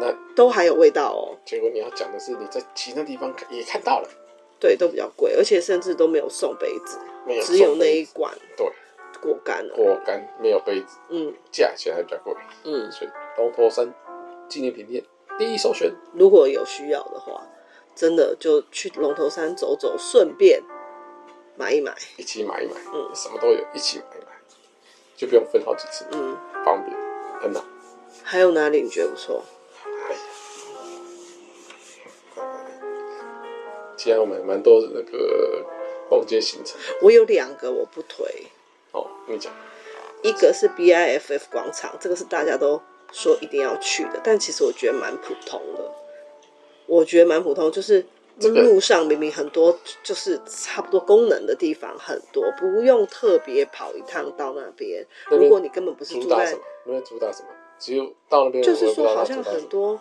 [SPEAKER 2] 那
[SPEAKER 1] 都还有味道哦。
[SPEAKER 2] 结果你要讲的是，你在其他地方看也看到了，
[SPEAKER 1] 对，都比较贵，而且甚至都没有送杯子，
[SPEAKER 2] 没有
[SPEAKER 1] 只有
[SPEAKER 2] 送
[SPEAKER 1] 那
[SPEAKER 2] 杯
[SPEAKER 1] 一罐
[SPEAKER 2] 对
[SPEAKER 1] 果干了。
[SPEAKER 2] 果干没有杯子，
[SPEAKER 1] 嗯
[SPEAKER 2] 价钱还比较贵，
[SPEAKER 1] 嗯，
[SPEAKER 2] 所以龙头山纪念品店第一首选。
[SPEAKER 1] 如果有需要的话，真的就去龙头山走走，顺便买一买。
[SPEAKER 2] 一起买一买，
[SPEAKER 1] 嗯
[SPEAKER 2] 什么都有，一起买一买，就不用分好几次，
[SPEAKER 1] 嗯，
[SPEAKER 2] 方便，很好。
[SPEAKER 1] 还有哪里你觉得不错？
[SPEAKER 2] 哎呀，既然我们蛮多那个逛街行程
[SPEAKER 1] 我有两个我不推，
[SPEAKER 2] 哦，你讲，
[SPEAKER 1] 一个是 BIFF 广场，这个是大家都说一定要去的，但其实我觉得蛮普通的。我觉得蛮普通，就是
[SPEAKER 2] 这个
[SPEAKER 1] 路上明明很多，就是差不多功能的地方很多，不用特别跑一趟到那边。
[SPEAKER 2] 那边
[SPEAKER 1] 如果你根本不是
[SPEAKER 2] 主
[SPEAKER 1] 住
[SPEAKER 2] 打
[SPEAKER 1] 在
[SPEAKER 2] 什么？那边主打什么？只有到那边，
[SPEAKER 1] 就是
[SPEAKER 2] 我也不知
[SPEAKER 1] 说，
[SPEAKER 2] 道
[SPEAKER 1] 好
[SPEAKER 2] 它主
[SPEAKER 1] 像
[SPEAKER 2] 打什
[SPEAKER 1] 很
[SPEAKER 2] 么。
[SPEAKER 1] 多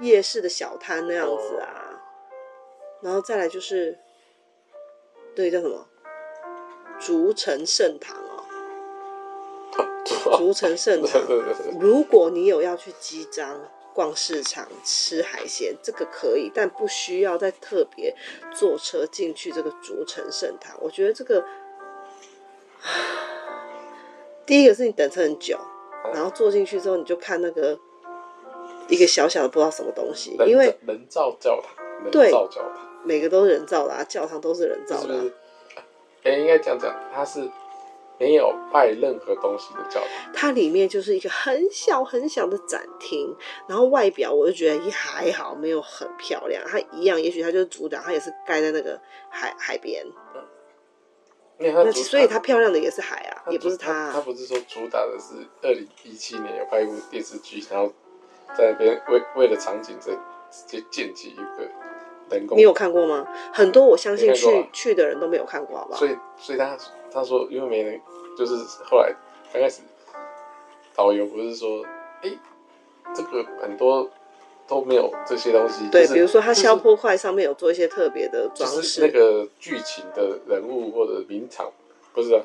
[SPEAKER 1] 夜市的小摊那样子啊。然后再来就是，对，叫什么？竹城盛堂哦，竹城 盛
[SPEAKER 2] 对
[SPEAKER 1] 堂。
[SPEAKER 2] 对对对，
[SPEAKER 1] 如果你有要去集章、逛市场、吃海鲜，这个可以，但不需要再特别坐车进去这个竹城盛唐。我觉得这个，第一个是你等车很久，然后坐进去之后你就看那个一个小小的不知道什么东西，
[SPEAKER 2] 人
[SPEAKER 1] 因为
[SPEAKER 2] 造人造教堂，人
[SPEAKER 1] 对
[SPEAKER 2] 造教堂，
[SPEAKER 1] 每个都是人造的、啊，教堂都是人造
[SPEAKER 2] 是
[SPEAKER 1] 的
[SPEAKER 2] 不
[SPEAKER 1] 啊、
[SPEAKER 2] 是？哎、应该这样讲，它是没有拜任何东西的教堂，
[SPEAKER 1] 它里面就是一个很小很小的展厅，然后外表我就觉得也还好，没有很漂亮。它一样，也许它就是主打，它也是盖在那个海海边，
[SPEAKER 2] 因为它
[SPEAKER 1] 那
[SPEAKER 2] 主
[SPEAKER 1] 所以它漂亮的也是海啊，
[SPEAKER 2] 他
[SPEAKER 1] 也不是
[SPEAKER 2] 他，他
[SPEAKER 1] 它。
[SPEAKER 2] 不是说主打的是二零一七年有拍一部电视剧，然后在那边为为了场景在就建起一个人工
[SPEAKER 1] 你，有看过吗？很多我相信
[SPEAKER 2] 没看过
[SPEAKER 1] 去
[SPEAKER 2] 啊
[SPEAKER 1] 去的人都没有看过，好不好
[SPEAKER 2] 所？以所以他他说因为没人，就是后来刚开始导游不是说，哎、这个很多都没有这些东西，
[SPEAKER 1] 对，
[SPEAKER 2] 就是
[SPEAKER 1] 比如说它
[SPEAKER 2] 就是
[SPEAKER 1] 消坡块上面有做一些特别的
[SPEAKER 2] 就
[SPEAKER 1] 装
[SPEAKER 2] 是那
[SPEAKER 1] 饰，
[SPEAKER 2] 个剧情的人物或者名场，不是啊，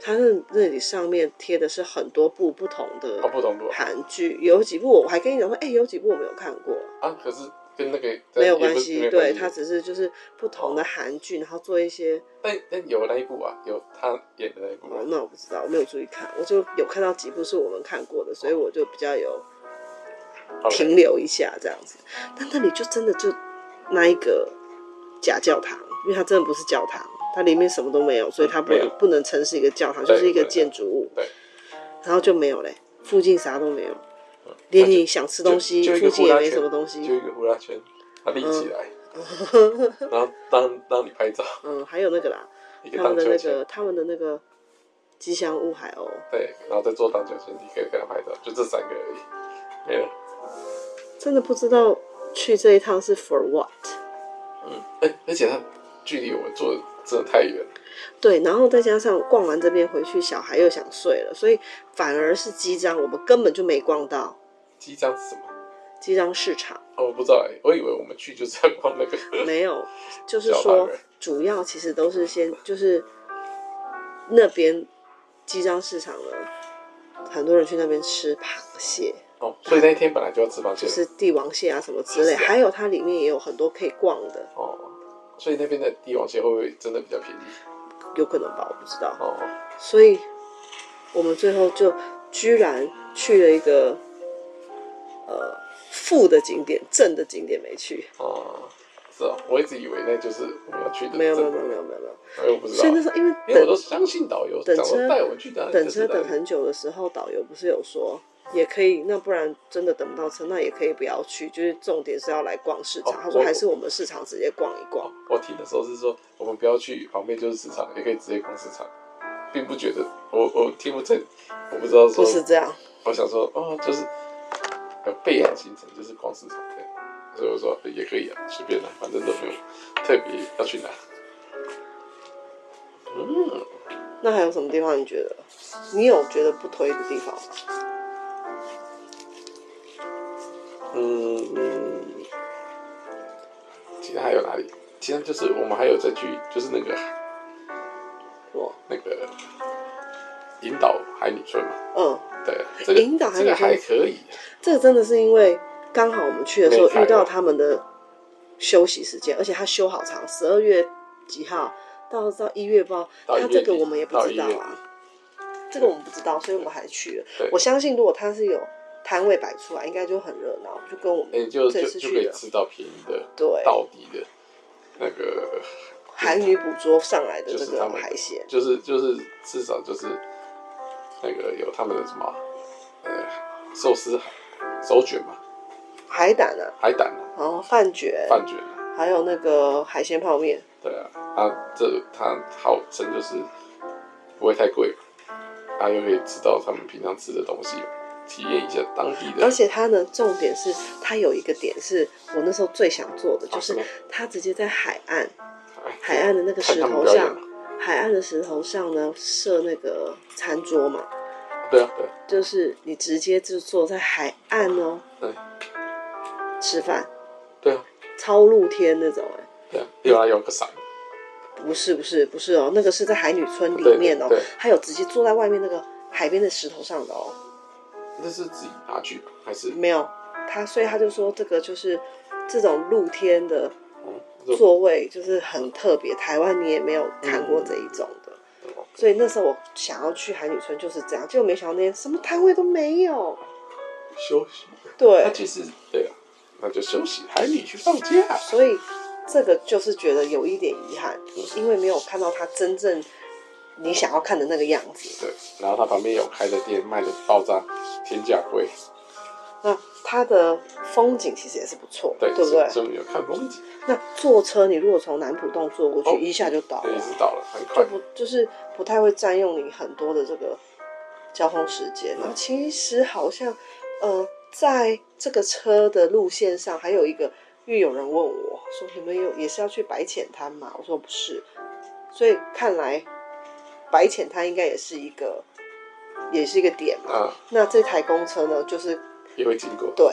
[SPEAKER 1] 它那那里上面贴的是很多部不同的
[SPEAKER 2] 啊不同步啊
[SPEAKER 1] 韩剧，有几部我还跟你讲说，哎，有几部我没有看过。
[SPEAKER 2] 啊，可是跟那个
[SPEAKER 1] 没有
[SPEAKER 2] 也不
[SPEAKER 1] 关系，
[SPEAKER 2] 没有
[SPEAKER 1] 对，
[SPEAKER 2] 系哦
[SPEAKER 1] 它只是就是不同的韩剧，然后做一些
[SPEAKER 2] 但但有那一部啊，有他演的那一部、
[SPEAKER 1] 哦
[SPEAKER 2] 啊，，
[SPEAKER 1] 那我不知道，我没有注意看，我就有看到几部是我们看过的，所以我就比较有
[SPEAKER 2] 哦好嘞
[SPEAKER 1] 停留一下这样子。但那里就真的就那一个假教堂，因为它真的不是教堂，它里面什么都没有，所以它不
[SPEAKER 2] 嗯没有
[SPEAKER 1] 能不能称是一个教堂，
[SPEAKER 2] 对
[SPEAKER 1] 就是一个
[SPEAKER 2] 不能
[SPEAKER 1] 建筑物。
[SPEAKER 2] 对，
[SPEAKER 1] 然后就没有嘞，附近啥都没有，
[SPEAKER 2] 嗯那
[SPEAKER 1] 连
[SPEAKER 2] 就
[SPEAKER 1] 你想吃东西，
[SPEAKER 2] 就就
[SPEAKER 1] 附
[SPEAKER 2] 一个
[SPEAKER 1] 近
[SPEAKER 2] 呼
[SPEAKER 1] 也
[SPEAKER 2] 啦
[SPEAKER 1] 没
[SPEAKER 2] 圈
[SPEAKER 1] 什么东
[SPEAKER 2] 就
[SPEAKER 1] 西。
[SPEAKER 2] 一个呼啦圈，它立起来，然后 让让你拍照，
[SPEAKER 1] 嗯，还有那个啦，
[SPEAKER 2] 一
[SPEAKER 1] 他
[SPEAKER 2] 个
[SPEAKER 1] 们
[SPEAKER 2] 荡
[SPEAKER 1] 的
[SPEAKER 2] 秋
[SPEAKER 1] 那
[SPEAKER 2] 千，
[SPEAKER 1] 个他们的那个吉祥物海鸥。
[SPEAKER 2] 对，然后再做荡秋千，你可以跟他拍照，就这三个而已，没了。
[SPEAKER 1] 真的不知道去这一趟是 for what。
[SPEAKER 2] 嗯，哎、而且它距离我们坐的真的太远了，
[SPEAKER 1] 对，然后再加上逛完这边回去，小孩又想睡了，所以反而是机张，我们根本就没逛到
[SPEAKER 2] 机张是什么？
[SPEAKER 1] 机张市场，
[SPEAKER 2] 哦，我不知道哎、我以为我们去就是要逛那个，
[SPEAKER 1] 没有，就是
[SPEAKER 2] 嗯小
[SPEAKER 1] 说
[SPEAKER 2] 大人
[SPEAKER 1] 主要其实都是先就是那边机张市场呢，很多人去那边吃螃蟹，
[SPEAKER 2] 哦，所以那一天本来就要吃螃蟹
[SPEAKER 1] 就
[SPEAKER 2] 的，
[SPEAKER 1] 是帝王蟹啊什么之类，
[SPEAKER 2] 是啊
[SPEAKER 1] 还有它里面也有很多可以逛的，
[SPEAKER 2] 哦，所以那边的帝王蟹会不会真的比较便宜？
[SPEAKER 1] 有可能吧，我不知道。
[SPEAKER 2] 哦，
[SPEAKER 1] 所以我们最后就居然去了一个呃负的景点，正的景点没去，
[SPEAKER 2] 哦，是哦，我一直以为那就是我们要去的，
[SPEAKER 1] 没有没有没有没有没有没有。
[SPEAKER 2] 有，因为我不知道啊
[SPEAKER 1] 所以，那时候因为
[SPEAKER 2] 因为我
[SPEAKER 1] 等
[SPEAKER 2] 都相信导游，
[SPEAKER 1] 等
[SPEAKER 2] 讲说
[SPEAKER 1] 车
[SPEAKER 2] 带我去的，
[SPEAKER 1] 等车等很久的时候，导游不是有说。也可以，那不然真的等不到车，那也可以不要去。就是重点是要来逛市场。
[SPEAKER 2] 哦
[SPEAKER 1] 他说
[SPEAKER 2] 我哦
[SPEAKER 1] 还是我们市场直接逛一逛。
[SPEAKER 2] 我听的时候是说，我们不要去旁边就是市场，也可以直接逛市场，并不觉得我我听不成，我不知道
[SPEAKER 1] 不
[SPEAKER 2] 说，
[SPEAKER 1] 是这样，
[SPEAKER 2] 我想说哦，就是有备案行程就是逛市场这样，所以我说也可以啊，随便来，反正都没有特别要去哪。嗯，
[SPEAKER 1] 那还有什么地方你觉得？你有觉得不推的地方吗？
[SPEAKER 2] 嗯，其他还有哪里？其他就是我们还有再去，就是那个
[SPEAKER 1] 我
[SPEAKER 2] 那个引导海女村嘛。
[SPEAKER 1] 嗯，
[SPEAKER 2] 对，啊这个
[SPEAKER 1] 引导海
[SPEAKER 2] 这
[SPEAKER 1] 女村
[SPEAKER 2] 个还可以，
[SPEAKER 1] 这个真的是因为刚好我们去的时候
[SPEAKER 2] 没开
[SPEAKER 1] 遇到
[SPEAKER 2] 了
[SPEAKER 1] 他们的休息时间，而且他休好长，十二月几号到到一月吧，
[SPEAKER 2] 到一
[SPEAKER 1] 他
[SPEAKER 2] 月
[SPEAKER 1] 这个
[SPEAKER 2] 底
[SPEAKER 1] 我们也不
[SPEAKER 2] 到
[SPEAKER 1] 知
[SPEAKER 2] 一
[SPEAKER 1] 道
[SPEAKER 2] 月
[SPEAKER 1] 啊，这个我们不知道，所以我们还去了
[SPEAKER 2] 对。
[SPEAKER 1] 我相信如果他是有摊位摆出来，应该就很热闹，就跟我们
[SPEAKER 2] 哎、就
[SPEAKER 1] 这
[SPEAKER 2] 就
[SPEAKER 1] 次
[SPEAKER 2] 就
[SPEAKER 1] 去
[SPEAKER 2] 可以
[SPEAKER 1] 的
[SPEAKER 2] 吃到便宜的
[SPEAKER 1] 对
[SPEAKER 2] 到底的那个，
[SPEAKER 1] 韩女捕捉上来的
[SPEAKER 2] 就
[SPEAKER 1] 这
[SPEAKER 2] 是他
[SPEAKER 1] 个
[SPEAKER 2] 们
[SPEAKER 1] 海鲜，
[SPEAKER 2] 就是就是至少就是那个有他们的什么呃寿司海手卷嘛，
[SPEAKER 1] 海胆啊，
[SPEAKER 2] 海胆啊
[SPEAKER 1] 然后饭卷，
[SPEAKER 2] 饭卷啊，
[SPEAKER 1] 还有那个海鲜泡面，
[SPEAKER 2] 对啊，啊这它号称就是不会太贵嘛，啊又可以吃到他们平常吃的东西嘛，体验一下当地的
[SPEAKER 1] 而，且它呢，重点是它有一个点是我那时候最想做的，就是
[SPEAKER 2] 啊什么
[SPEAKER 1] 它直接在海岸
[SPEAKER 2] 哎
[SPEAKER 1] 海岸的那个
[SPEAKER 2] 看
[SPEAKER 1] 石
[SPEAKER 2] 他们
[SPEAKER 1] 头
[SPEAKER 2] 表演
[SPEAKER 1] 上
[SPEAKER 2] 嘛，
[SPEAKER 1] 海岸的石头上呢设那个餐桌嘛，
[SPEAKER 2] 对啊对啊
[SPEAKER 1] 就是你直接就坐在海岸哦
[SPEAKER 2] 对
[SPEAKER 1] 吃饭，
[SPEAKER 2] 对啊
[SPEAKER 1] 超露天那种哎、
[SPEAKER 2] 对啊，有来有个伞，
[SPEAKER 1] 不是不是不是哦，那个是在海女村里
[SPEAKER 2] 对对
[SPEAKER 1] 面哦
[SPEAKER 2] 对，
[SPEAKER 1] 还有直接坐在外面那个海边的石头上的哦。
[SPEAKER 2] 那是自己拿去吧还是
[SPEAKER 1] 没有，他所以他就说这个就是这种露天的
[SPEAKER 2] 嗯
[SPEAKER 1] 座位就是很特别，台湾你也没有看过这一种的。
[SPEAKER 2] 嗯
[SPEAKER 1] 所以那时候我想要去海女村就是这样，结果没想到那天什么摊位都没有。
[SPEAKER 2] 休息？那
[SPEAKER 1] 对，
[SPEAKER 2] 其实对啊，那就休息，海女去放假。
[SPEAKER 1] 所以这个就是觉得有一点遗憾，
[SPEAKER 2] 嗯
[SPEAKER 1] 因为没有看到他真正你想要看的那个样子。
[SPEAKER 2] 对，然后它旁边有开的店，卖的爆炸，天价贵。
[SPEAKER 1] 那它的风景其实也是不错，
[SPEAKER 2] 对，
[SPEAKER 1] 不对？
[SPEAKER 2] 所以我们有看风景，
[SPEAKER 1] 那坐车你如果从南浦洞坐过去，
[SPEAKER 2] 哦
[SPEAKER 1] 一下就到
[SPEAKER 2] 对，
[SPEAKER 1] 了
[SPEAKER 2] 也。是到了，很
[SPEAKER 1] 就
[SPEAKER 2] 快。
[SPEAKER 1] 不就是不太会占用你很多的这个交通时间。那其实好像，呃，在这个车的路线上，还有一个，因为有人问我说：“你们有也是要去白浅滩吗？”我说：“不是。”所以看来白浅滩应该也是一个，也是一个点嘛。
[SPEAKER 2] 啊，
[SPEAKER 1] 那这台公车呢，就是
[SPEAKER 2] 也会经过。
[SPEAKER 1] 对，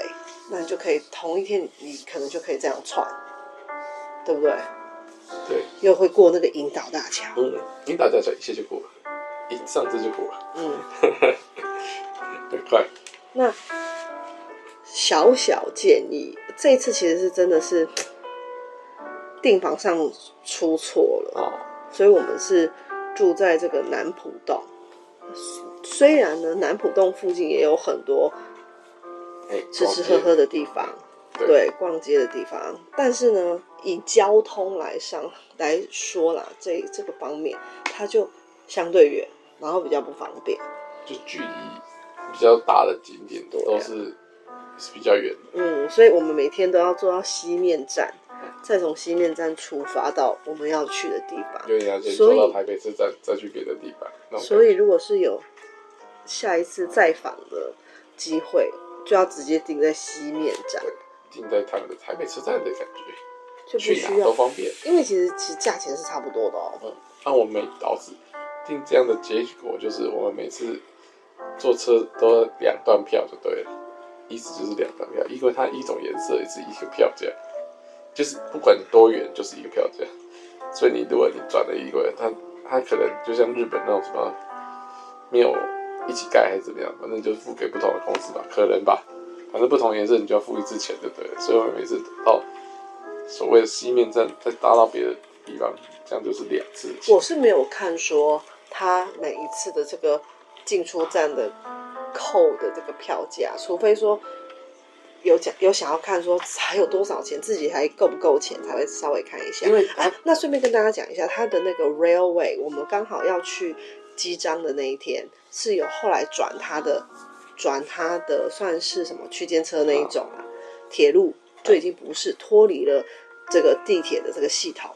[SPEAKER 1] 那你就可以同一天你，你可能就可以这样串，对不对？
[SPEAKER 2] 对，
[SPEAKER 1] 又会过那个引导大桥，
[SPEAKER 2] 嗯，你打架桥一下就过了，一上车就过了，
[SPEAKER 1] 嗯。
[SPEAKER 2] 很快。
[SPEAKER 1] 那小小建议，这一次其实是真的是订房上出错了，
[SPEAKER 2] 哦，
[SPEAKER 1] 所以我们是住在这个南浦洞。虽然呢，南浦洞附近也有很多
[SPEAKER 2] 哎，
[SPEAKER 1] 吃吃
[SPEAKER 2] 逛街
[SPEAKER 1] 喝喝的地方，
[SPEAKER 2] 对
[SPEAKER 1] 对，逛街的地方。但是呢，以交通来上来说啦，这这个方面，它就相对远，然后比较不方便。
[SPEAKER 2] 就距离比较大的景点
[SPEAKER 1] 对啊啊
[SPEAKER 2] 都是是比较远的。
[SPEAKER 1] 嗯，所以我们每天都要坐到西面站，再从西面站出发到我们要去的地方。
[SPEAKER 2] 因为你要先
[SPEAKER 1] 所
[SPEAKER 2] 坐
[SPEAKER 1] 以
[SPEAKER 2] 到台北车站，再去别的地方。那种
[SPEAKER 1] 所以如果是有下一次再访的机会，就要直接定在西面站，
[SPEAKER 2] 定在他们的台北车站的感觉，
[SPEAKER 1] 就不
[SPEAKER 2] 去哪
[SPEAKER 1] 需
[SPEAKER 2] 都
[SPEAKER 1] 要，
[SPEAKER 2] 方便。
[SPEAKER 1] 因为其实其实价钱是差不多的哦。
[SPEAKER 2] 那我们导致定这样的结果就是，我们每次坐车都两段票就对了，意思就是两段票，因为它一种颜色也是一个票价，就是不管你多远就是一个票价，所以你如果你转了一个，它它可能就像日本那种什么没有一起盖还是怎么样，反正就是付给不同的公司吧，可能吧，反正不同颜色你就要付一次钱就对了，所以我们每次到所谓的西面站再搭到别的地方，这样就是两次的钱。
[SPEAKER 1] 我是没有看说他每一次的这个进出站的扣的这个票价，除非说有讲有想要看说还有多少钱，自己还够不够钱才会稍微看一下。
[SPEAKER 2] 因为
[SPEAKER 1] 啊，那顺便跟大家讲一下，它的那个 railway，我们刚好要去机张的那一天，是有后来转它的转它的算是什么区间车那一种啊，铁路就已经不是脱离了这个地铁的这个系统。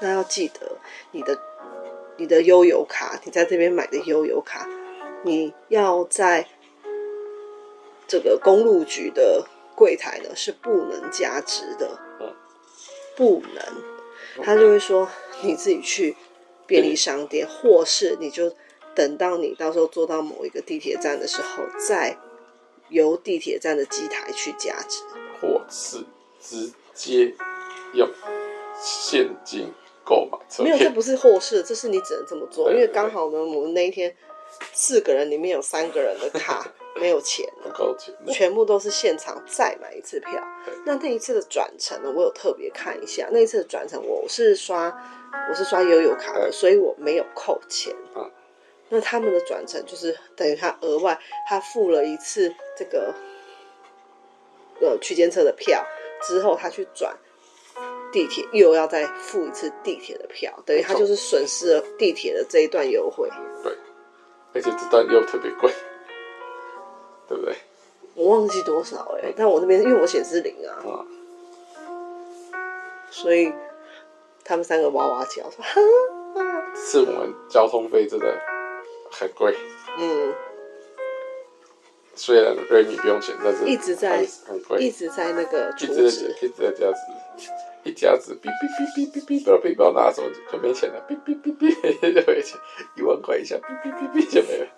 [SPEAKER 1] 那要记得你的你的悠游卡，你在这边买的悠游卡，你要在这个公路局的柜台呢是不能加值的
[SPEAKER 2] 嗯，
[SPEAKER 1] 不能，他就会说你自己去便利商店，或是你就等到你到时候坐到某一个地铁站的时候，再由地铁站的机台去加值。
[SPEAKER 2] 或是直接用现金购买车
[SPEAKER 1] 没有，这
[SPEAKER 2] 票。
[SPEAKER 1] 不是后事，这是你只能这么做。
[SPEAKER 2] 对
[SPEAKER 1] 因为
[SPEAKER 2] 对
[SPEAKER 1] 刚好呢，我们那一天四个人里面有三个人的卡 没有钱了
[SPEAKER 2] 很高级。那
[SPEAKER 1] 全部都是现场再买一次票
[SPEAKER 2] 对。
[SPEAKER 1] 那那一次的转乘呢，我有特别看一下，那一次的转乘我是刷我是刷悠游卡的，
[SPEAKER 2] 嗯
[SPEAKER 1] 所以我没有扣钱
[SPEAKER 2] 嗯。
[SPEAKER 1] 那他们的转乘就是等于他额外他付了一次这个呃区间车的票之后，他去转地铁又要再付一次地铁的票，等于他
[SPEAKER 2] 没错
[SPEAKER 1] 就是损失了地铁的这一段优惠。
[SPEAKER 2] 而且这段又特别贵，对不对？
[SPEAKER 1] 我忘记多少哎、
[SPEAKER 2] 嗯
[SPEAKER 1] 欸，但我那边因为我显示零啊，
[SPEAKER 2] 啊，
[SPEAKER 1] 所以他们三个哇哇叫，说
[SPEAKER 2] 是我们交通费真的很贵。
[SPEAKER 1] 嗯，
[SPEAKER 2] 虽然瑞米不用钱，但是
[SPEAKER 1] 一直在
[SPEAKER 2] 还是很贵，
[SPEAKER 1] 一直在那个
[SPEAKER 2] 一
[SPEAKER 1] 储
[SPEAKER 2] 直在
[SPEAKER 1] 值，
[SPEAKER 2] 一直在加值，一加值，哔哔哔哔哔哔，不要背包拿走就没钱了，哔哔哔哔 就没钱，一万块以下，哔哔哔哔就没了，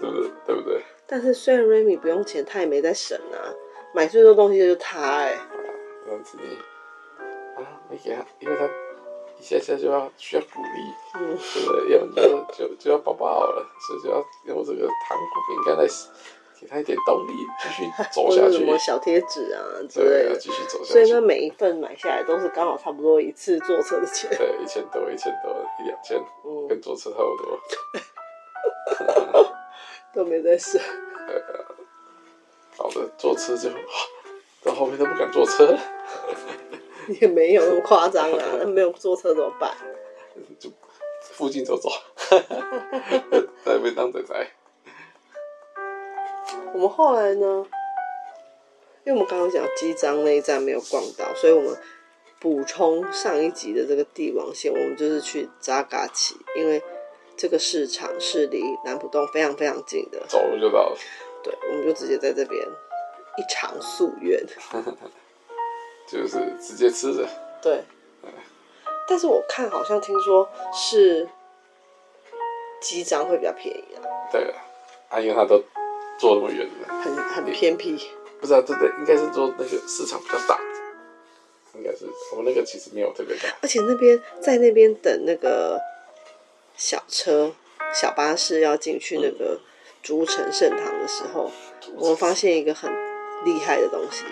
[SPEAKER 2] 对不对？对不对？
[SPEAKER 1] 但是虽然 Remy 不用钱，他也没在省啊，买最多东西的就是他哎、
[SPEAKER 2] 这样子啊，没给他，因为他一下下就要需要鼓励，
[SPEAKER 1] 嗯
[SPEAKER 2] 对不对？要不然就就就要抱抱了，所以就要用这个糖果饼干来给他一点动力，继续走
[SPEAKER 1] 或
[SPEAKER 2] 下
[SPEAKER 1] 者
[SPEAKER 2] 去
[SPEAKER 1] 什，么小贴纸啊之类
[SPEAKER 2] 对，要
[SPEAKER 1] 的，
[SPEAKER 2] 继续走
[SPEAKER 1] 所
[SPEAKER 2] 下
[SPEAKER 1] 以呢，
[SPEAKER 2] 去。
[SPEAKER 1] 每一份买下来都是刚好差不多一次坐车的钱，
[SPEAKER 2] 对，一千多，一千多，一两千，
[SPEAKER 1] 嗯，
[SPEAKER 2] 跟坐车差不多。
[SPEAKER 1] 都没在省，
[SPEAKER 2] 搞得坐车就，到后面都不敢坐车了，
[SPEAKER 1] 也没有那么夸张啊，那没有坐车怎么办？
[SPEAKER 2] 就附近 走走，在便当仔仔。
[SPEAKER 1] 我们后来呢，因为我们刚刚讲基章那一站没有逛到，所以我们补充上一集的这个帝王线，我们就是去扎嘎奇，因为这个市场是离南浦洞非常非常近的，
[SPEAKER 2] 走路就到了，
[SPEAKER 1] 对，我们就直接在这边一场夙愿，
[SPEAKER 2] 就是直接吃着。
[SPEAKER 1] 对。但是我看好像听说是基章会比较便宜啊，
[SPEAKER 2] 对了，啊，因为他都坐那么远了，
[SPEAKER 1] 很很偏僻，
[SPEAKER 2] 不是啊，对对，应该是坐那个市场比较大，应该是我们那个其实没有特别大，
[SPEAKER 1] 而且那边在那边等那个小车、小巴士要进去那个竹城圣堂的时候，我们发现一个很厉害的东西，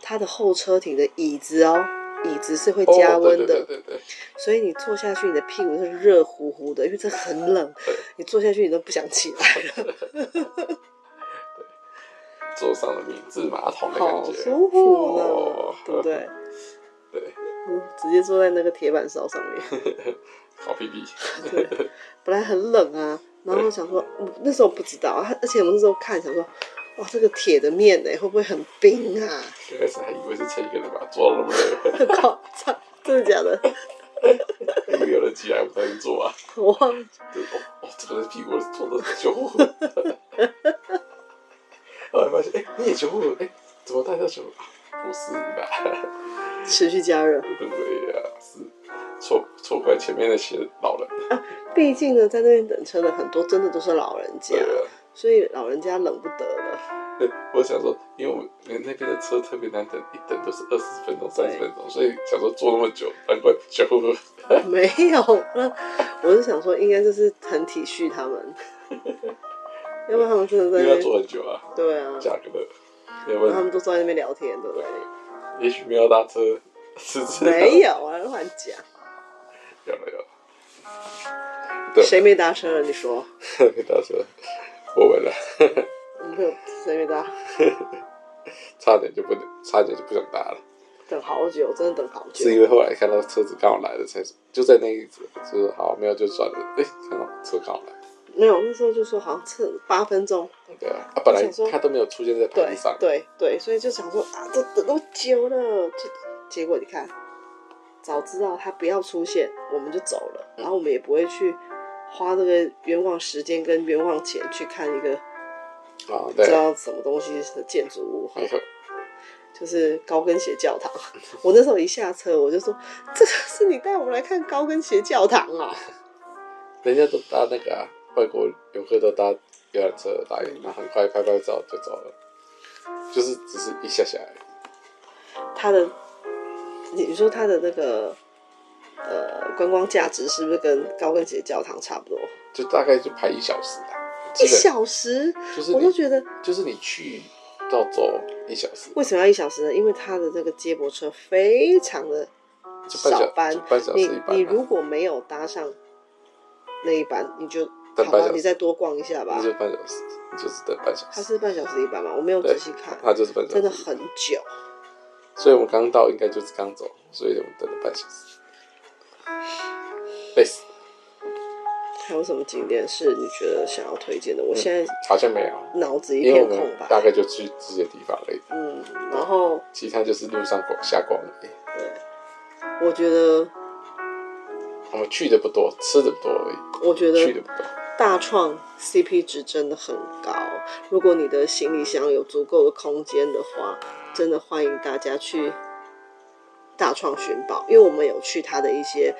[SPEAKER 1] 它的后车亭的椅子哦，椅子是会加温的，
[SPEAKER 2] 哦、对对对对对，
[SPEAKER 1] 所以你坐下去，你的屁股是热乎乎的，因为这很冷， 你坐下去你都不想起来了，
[SPEAKER 2] 坐上了免治马桶的感
[SPEAKER 1] 好
[SPEAKER 2] 觉，
[SPEAKER 1] 舒服呢，
[SPEAKER 2] 哦
[SPEAKER 1] 对不对？
[SPEAKER 2] 对，
[SPEAKER 1] 嗯，直接坐在那个铁板烧上面。
[SPEAKER 2] 好屁屁，
[SPEAKER 1] 本来很冷啊，然后想说，嗯那时候不知道啊，而且我们那时候看想说，哇，这个铁的面呢会不会很冰啊？
[SPEAKER 2] 刚开始还以为是前一个人把他坐到那么 远，
[SPEAKER 1] 很夸张， 真的假的？
[SPEAKER 2] 因为有人起来我们才能坐啊，
[SPEAKER 1] 我忘记，
[SPEAKER 2] 就哦哦，这个人屁股坐的久， 后来发现哎、你也久，哎、怎么大家久啊？不是吧？
[SPEAKER 1] 持续加热。
[SPEAKER 2] 对呀、是错错怪前面那些老人。
[SPEAKER 1] 毕竟呢，在那边等车的很多真的都是老人家
[SPEAKER 2] 对，呀、
[SPEAKER 1] 所以老人家冷不得的。
[SPEAKER 2] 对，我想说，因为我们那边的车特别难等，一等都是二十分钟、三十分钟，所以想说坐那么久，难 怪久。
[SPEAKER 1] 没有，那我是想说，应该就是很体恤他们，要不然他们真的
[SPEAKER 2] 因
[SPEAKER 1] 在
[SPEAKER 2] 为要
[SPEAKER 1] 那边，
[SPEAKER 2] 坐很久啊，
[SPEAKER 1] 对啊，
[SPEAKER 2] 价格的，要不
[SPEAKER 1] 然后他
[SPEAKER 2] 然
[SPEAKER 1] 们都坐在那边聊天，对不对？
[SPEAKER 2] 也许没有搭车，是 这样
[SPEAKER 1] 没有啊，乱讲，
[SPEAKER 2] 有了有了，对
[SPEAKER 1] 谁没搭车了？你说？
[SPEAKER 2] 没搭车，我们了，
[SPEAKER 1] 我们没有谁没搭，
[SPEAKER 2] 差点就不能，差点就不想搭了。
[SPEAKER 1] 等好久，真的等好久
[SPEAKER 2] 是。因为后来看到车子刚好来了，才就在那一次，就是好没有就算了。哎、看到车刚好来了。
[SPEAKER 1] 没有，那时候就说好像是八分钟，
[SPEAKER 2] 对啊，啊本来
[SPEAKER 1] 想说
[SPEAKER 2] 他都没有出现在牌
[SPEAKER 1] 对
[SPEAKER 2] 子上，
[SPEAKER 1] 对对，所以就想说啊，这等那么久了，就结果你看，早知道他不要出现，我们就走了，然后我们也不会去花这个冤枉时间跟冤枉钱去看一个
[SPEAKER 2] 啊，
[SPEAKER 1] 不
[SPEAKER 2] 对
[SPEAKER 1] 知
[SPEAKER 2] 啊，
[SPEAKER 1] 道什么东西的建筑物，
[SPEAKER 2] 没错，
[SPEAKER 1] 就是高跟鞋教堂。我那时候一下车，我就说这个是你带我们来看高跟鞋教堂啊，
[SPEAKER 2] 人家都搭那个啊，外国游客都搭游览车来，然后很快拍拍照就走了，就是只是一下下而已，
[SPEAKER 1] 它的，你你说它的那个呃观光价值是不是跟高跟鞋教堂差不多？
[SPEAKER 2] 就大概就排一小时啦，
[SPEAKER 1] 一
[SPEAKER 2] 基本
[SPEAKER 1] 小时，
[SPEAKER 2] 就是
[SPEAKER 1] 我都
[SPEAKER 2] 你
[SPEAKER 1] 觉得
[SPEAKER 2] 就是你去到走一小时，
[SPEAKER 1] 为什么要一小时呢？因为它的这个接驳车非常的
[SPEAKER 2] 就半小
[SPEAKER 1] 少班
[SPEAKER 2] 就半小时
[SPEAKER 1] 你
[SPEAKER 2] 一班啊、
[SPEAKER 1] 你如果没有搭上那一班，你就
[SPEAKER 2] 等
[SPEAKER 1] 好
[SPEAKER 2] 半
[SPEAKER 1] 吧
[SPEAKER 2] 小，时
[SPEAKER 1] 你再多逛一下吧
[SPEAKER 2] 那。就半小时，你就是等半小
[SPEAKER 1] 它
[SPEAKER 2] 时，
[SPEAKER 1] 是半小时一班嘛，我没有
[SPEAKER 2] 对
[SPEAKER 1] 仔细看，
[SPEAKER 2] 它就是半小
[SPEAKER 1] 真的
[SPEAKER 2] 时。
[SPEAKER 1] 很久。
[SPEAKER 2] 所以我们刚到应该就是刚走，所以我们等了半小时，累死。
[SPEAKER 1] 还有什么景点是你觉得想要推荐的？我现在
[SPEAKER 2] 好像没有，
[SPEAKER 1] 脑子一
[SPEAKER 2] 嗯因为
[SPEAKER 1] 片
[SPEAKER 2] 我
[SPEAKER 1] 空
[SPEAKER 2] 们
[SPEAKER 1] 白。
[SPEAKER 2] 大概就去这些地方而已，
[SPEAKER 1] 嗯，然后
[SPEAKER 2] 其他就是路上逛瞎逛而已。
[SPEAKER 1] 我觉得，
[SPEAKER 2] 我们去的不多，吃的不多而已，
[SPEAKER 1] 我觉
[SPEAKER 2] 去
[SPEAKER 1] 得
[SPEAKER 2] 的不多。
[SPEAKER 1] 大创 CP 值真的很高。如果你的行李箱有足够的空间的话，真的欢迎大家去大创寻宝，因为我们有去它的一些。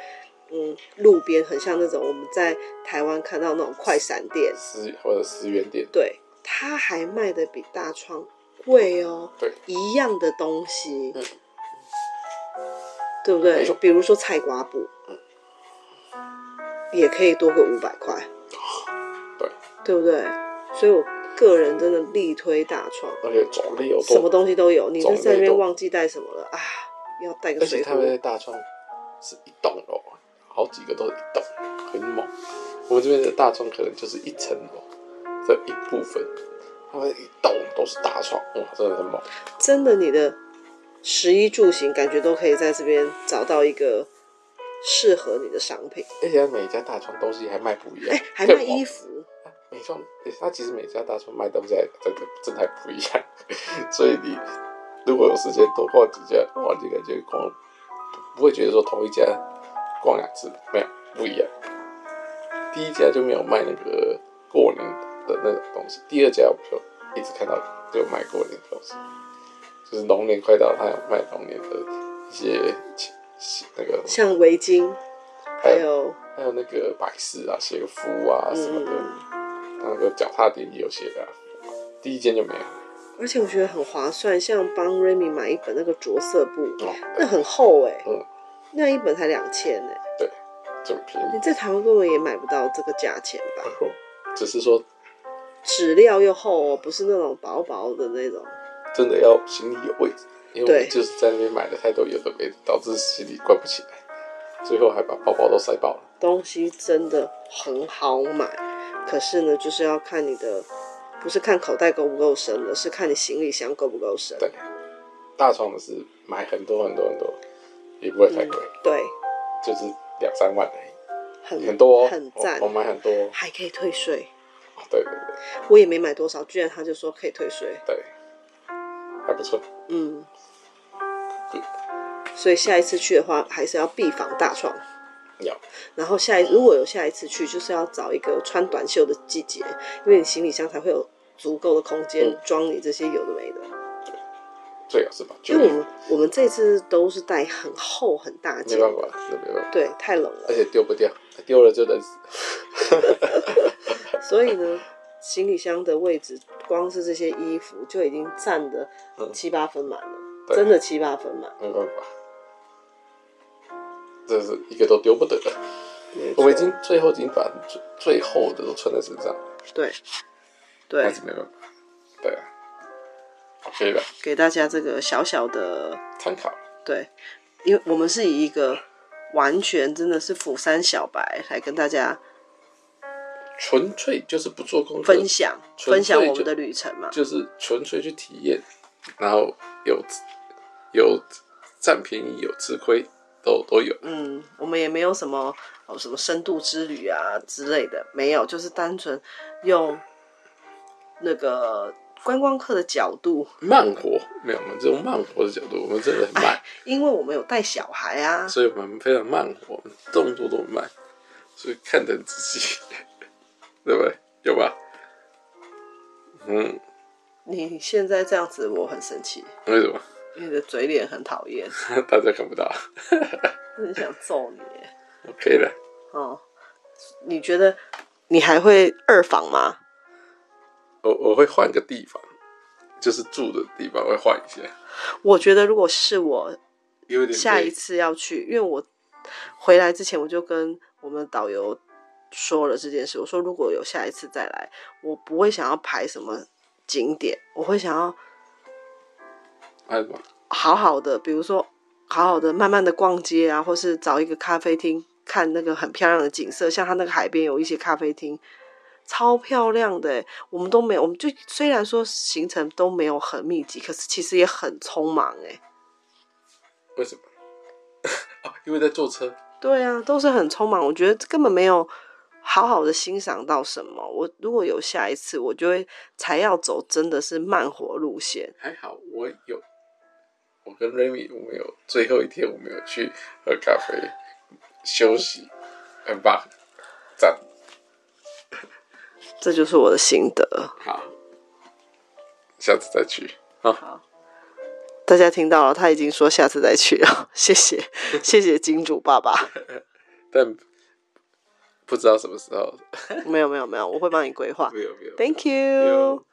[SPEAKER 1] 嗯，路边很像那种我们在台湾看到那种快闪店，
[SPEAKER 2] 十或者十元店，
[SPEAKER 1] 对，它还卖的比大创贵哦。
[SPEAKER 2] 对，
[SPEAKER 1] 一样的东西，对不
[SPEAKER 2] 嗯没
[SPEAKER 1] 对
[SPEAKER 2] 错？嗯
[SPEAKER 1] 比如说菜瓜布，也可以多个五百块，
[SPEAKER 2] 对，
[SPEAKER 1] 对不对？所以我个人真的力推大创，
[SPEAKER 2] 而且种类有
[SPEAKER 1] 什么
[SPEAKER 2] 多，
[SPEAKER 1] 东西都有。你就
[SPEAKER 2] 种类
[SPEAKER 1] 在那边
[SPEAKER 2] 多
[SPEAKER 1] 忘记带什么了啊？要带个
[SPEAKER 2] 而且
[SPEAKER 1] 水
[SPEAKER 2] 他们
[SPEAKER 1] 壶
[SPEAKER 2] 在，大创是一栋楼，好几个都是一栋，很猛。我们这边的大创可能就是一层楼的一部分，他们一栋都是大创，哇，真的很猛。
[SPEAKER 1] 真的你的食衣住行感觉都可以在这边找到一个适合你的商品。
[SPEAKER 2] 而且每家大创东西还卖不一样
[SPEAKER 1] 哎，，还卖
[SPEAKER 2] 更猛
[SPEAKER 1] 衣服，
[SPEAKER 2] 美妆，诶它其实每家大创卖东西还真的真的还不一样，所以你如果有时间多逛几家，哇，你感觉逛不会觉得说同一家逛两次，没有不一样。第一家就没有卖那个过年的那种东西，第二家我就一直看到就卖过年的东西，就是龙年快到，它有卖龙年的一些那个
[SPEAKER 1] 像围巾，还
[SPEAKER 2] 还有
[SPEAKER 1] 有
[SPEAKER 2] 还有那个摆饰啊、鞋服啊什么的，
[SPEAKER 1] 嗯
[SPEAKER 2] 那个脚踏垫也有鞋的啊、第一间就没有。
[SPEAKER 1] 而且我觉得很划算，像帮 Remy 买一本那个着色布，
[SPEAKER 2] 哦，
[SPEAKER 1] 那很厚哎、
[SPEAKER 2] 嗯，
[SPEAKER 1] 那一本才两千哎，
[SPEAKER 2] 对，这么便宜
[SPEAKER 1] 你，在台湾根本也买不到这个价钱吧？
[SPEAKER 2] 然后只是说
[SPEAKER 1] 质料又厚哦，不是那种薄薄的那种。
[SPEAKER 2] 真的要行李有位置，因为我
[SPEAKER 1] 对
[SPEAKER 2] 们就是在那边买了太多有的没的，导致行李关不起来，最后还把包包都塞爆了。
[SPEAKER 1] 东西真的很好买，可是呢，就是要看你的，不是看口袋够不够深的，是看你行李箱够不够深。
[SPEAKER 2] 对，大床的是买很多很多很多，也不会太贵，
[SPEAKER 1] 对，
[SPEAKER 2] 就是两三万而已，
[SPEAKER 1] 很
[SPEAKER 2] 很多、哦，
[SPEAKER 1] 很赞
[SPEAKER 2] 我，我买很多、哦，
[SPEAKER 1] 还可以退税。
[SPEAKER 2] 啊对对对
[SPEAKER 1] 我也没买多少，居然他就说可以退税。
[SPEAKER 2] 对，还不错。
[SPEAKER 1] 嗯，所以下一次去的话，还是要必防大创。
[SPEAKER 2] 要
[SPEAKER 1] 然后下一如果有下一次去，就是要找一个穿短袖的季节，因为你行李箱才会有足够的空间
[SPEAKER 2] 嗯
[SPEAKER 1] 装你这些有的没的。
[SPEAKER 2] 最好是把
[SPEAKER 1] 因
[SPEAKER 2] 就
[SPEAKER 1] 为
[SPEAKER 2] 业
[SPEAKER 1] 我们我们这次都是带很厚很大
[SPEAKER 2] 没
[SPEAKER 1] 件，
[SPEAKER 2] 办法，那没办法，
[SPEAKER 1] 对，太冷了，
[SPEAKER 2] 而且丢不掉，丢了就冷死。
[SPEAKER 1] 所以呢，行李箱的位置光是这些衣服就已经占的
[SPEAKER 2] 嗯
[SPEAKER 1] 七八分满了，
[SPEAKER 2] 对
[SPEAKER 1] 真的七八分满。
[SPEAKER 2] 没办法，这是一个都丢不得的。
[SPEAKER 1] 没
[SPEAKER 2] 我们已
[SPEAKER 1] 错
[SPEAKER 2] 经最后已经把最最厚的都穿在身上，
[SPEAKER 1] 对对
[SPEAKER 2] 那，是没办法。对啊，OK 的，
[SPEAKER 1] 给大家这个小小的
[SPEAKER 2] 参考。
[SPEAKER 1] 对，因为我们是以一个完全真的是釜山小白来跟大家
[SPEAKER 2] 纯粹就是不做功课
[SPEAKER 1] 分，享
[SPEAKER 2] 纯粹
[SPEAKER 1] 分享我们
[SPEAKER 2] 就
[SPEAKER 1] 的旅程嘛。
[SPEAKER 2] 就是纯粹去体验，然后有有占便宜，有吃亏，都都有。
[SPEAKER 1] 嗯，我们也没有什么哦什么深度之旅啊之类的，没有，就是单纯用那个观光客的角度，
[SPEAKER 2] 慢活没有，我们这种慢活的角度，我们真的很慢。
[SPEAKER 1] 因为我们有带小孩啊，
[SPEAKER 2] 所以我们非常慢活，动作都很慢，所以看得很仔细， 对不对？有吧？嗯，
[SPEAKER 1] 你现在这样子我很生气，
[SPEAKER 2] 为什么？
[SPEAKER 1] 你的嘴脸很讨厌，
[SPEAKER 2] 大家看不到
[SPEAKER 1] 我很想揍你耶。
[SPEAKER 2] ，OK 的。
[SPEAKER 1] 哦，你觉得你还会二访吗？
[SPEAKER 2] 我我会换个地方，就是住的地方会换一下，
[SPEAKER 1] 我觉得如果是我
[SPEAKER 2] 有点
[SPEAKER 1] 下
[SPEAKER 2] 累
[SPEAKER 1] 一次要去，因为我回来之前我就跟我们导游说了这件事，我说如果有下一次再来，我不会想要排什么景点，我会想要
[SPEAKER 2] 还有什么？
[SPEAKER 1] 好好的，比如说好好的慢慢的逛街啊，或是找一个咖啡厅看那个很漂亮的景色，像它那个海边有一些咖啡厅，超漂亮的欸。我们都没有，我们就虽然说行程都没有很密集，可是其实也很匆忙哎。
[SPEAKER 2] 为什么？ 啊，因为在坐车。
[SPEAKER 1] 对啊，都是很匆忙，我觉得根本没有好好的欣赏到什么。我如果有下一次，我就会才要走真的是慢活路线。
[SPEAKER 2] 还好我有，我跟 Remy 我们有最后一天我们有去喝咖啡休息，很棒，赞。
[SPEAKER 1] 这就是我的心得。
[SPEAKER 2] 好，下次再去。
[SPEAKER 1] 好，大家听到了，他已经说下次再去了。 谢谢，谢谢金主爸爸。
[SPEAKER 2] 但不知道什么时候。
[SPEAKER 1] 没有没有没有，我会帮你规划。
[SPEAKER 2] 没有没有。
[SPEAKER 1] Thank
[SPEAKER 2] 没
[SPEAKER 1] you
[SPEAKER 2] 有。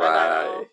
[SPEAKER 1] 拜拜
[SPEAKER 2] 拜
[SPEAKER 1] 哦。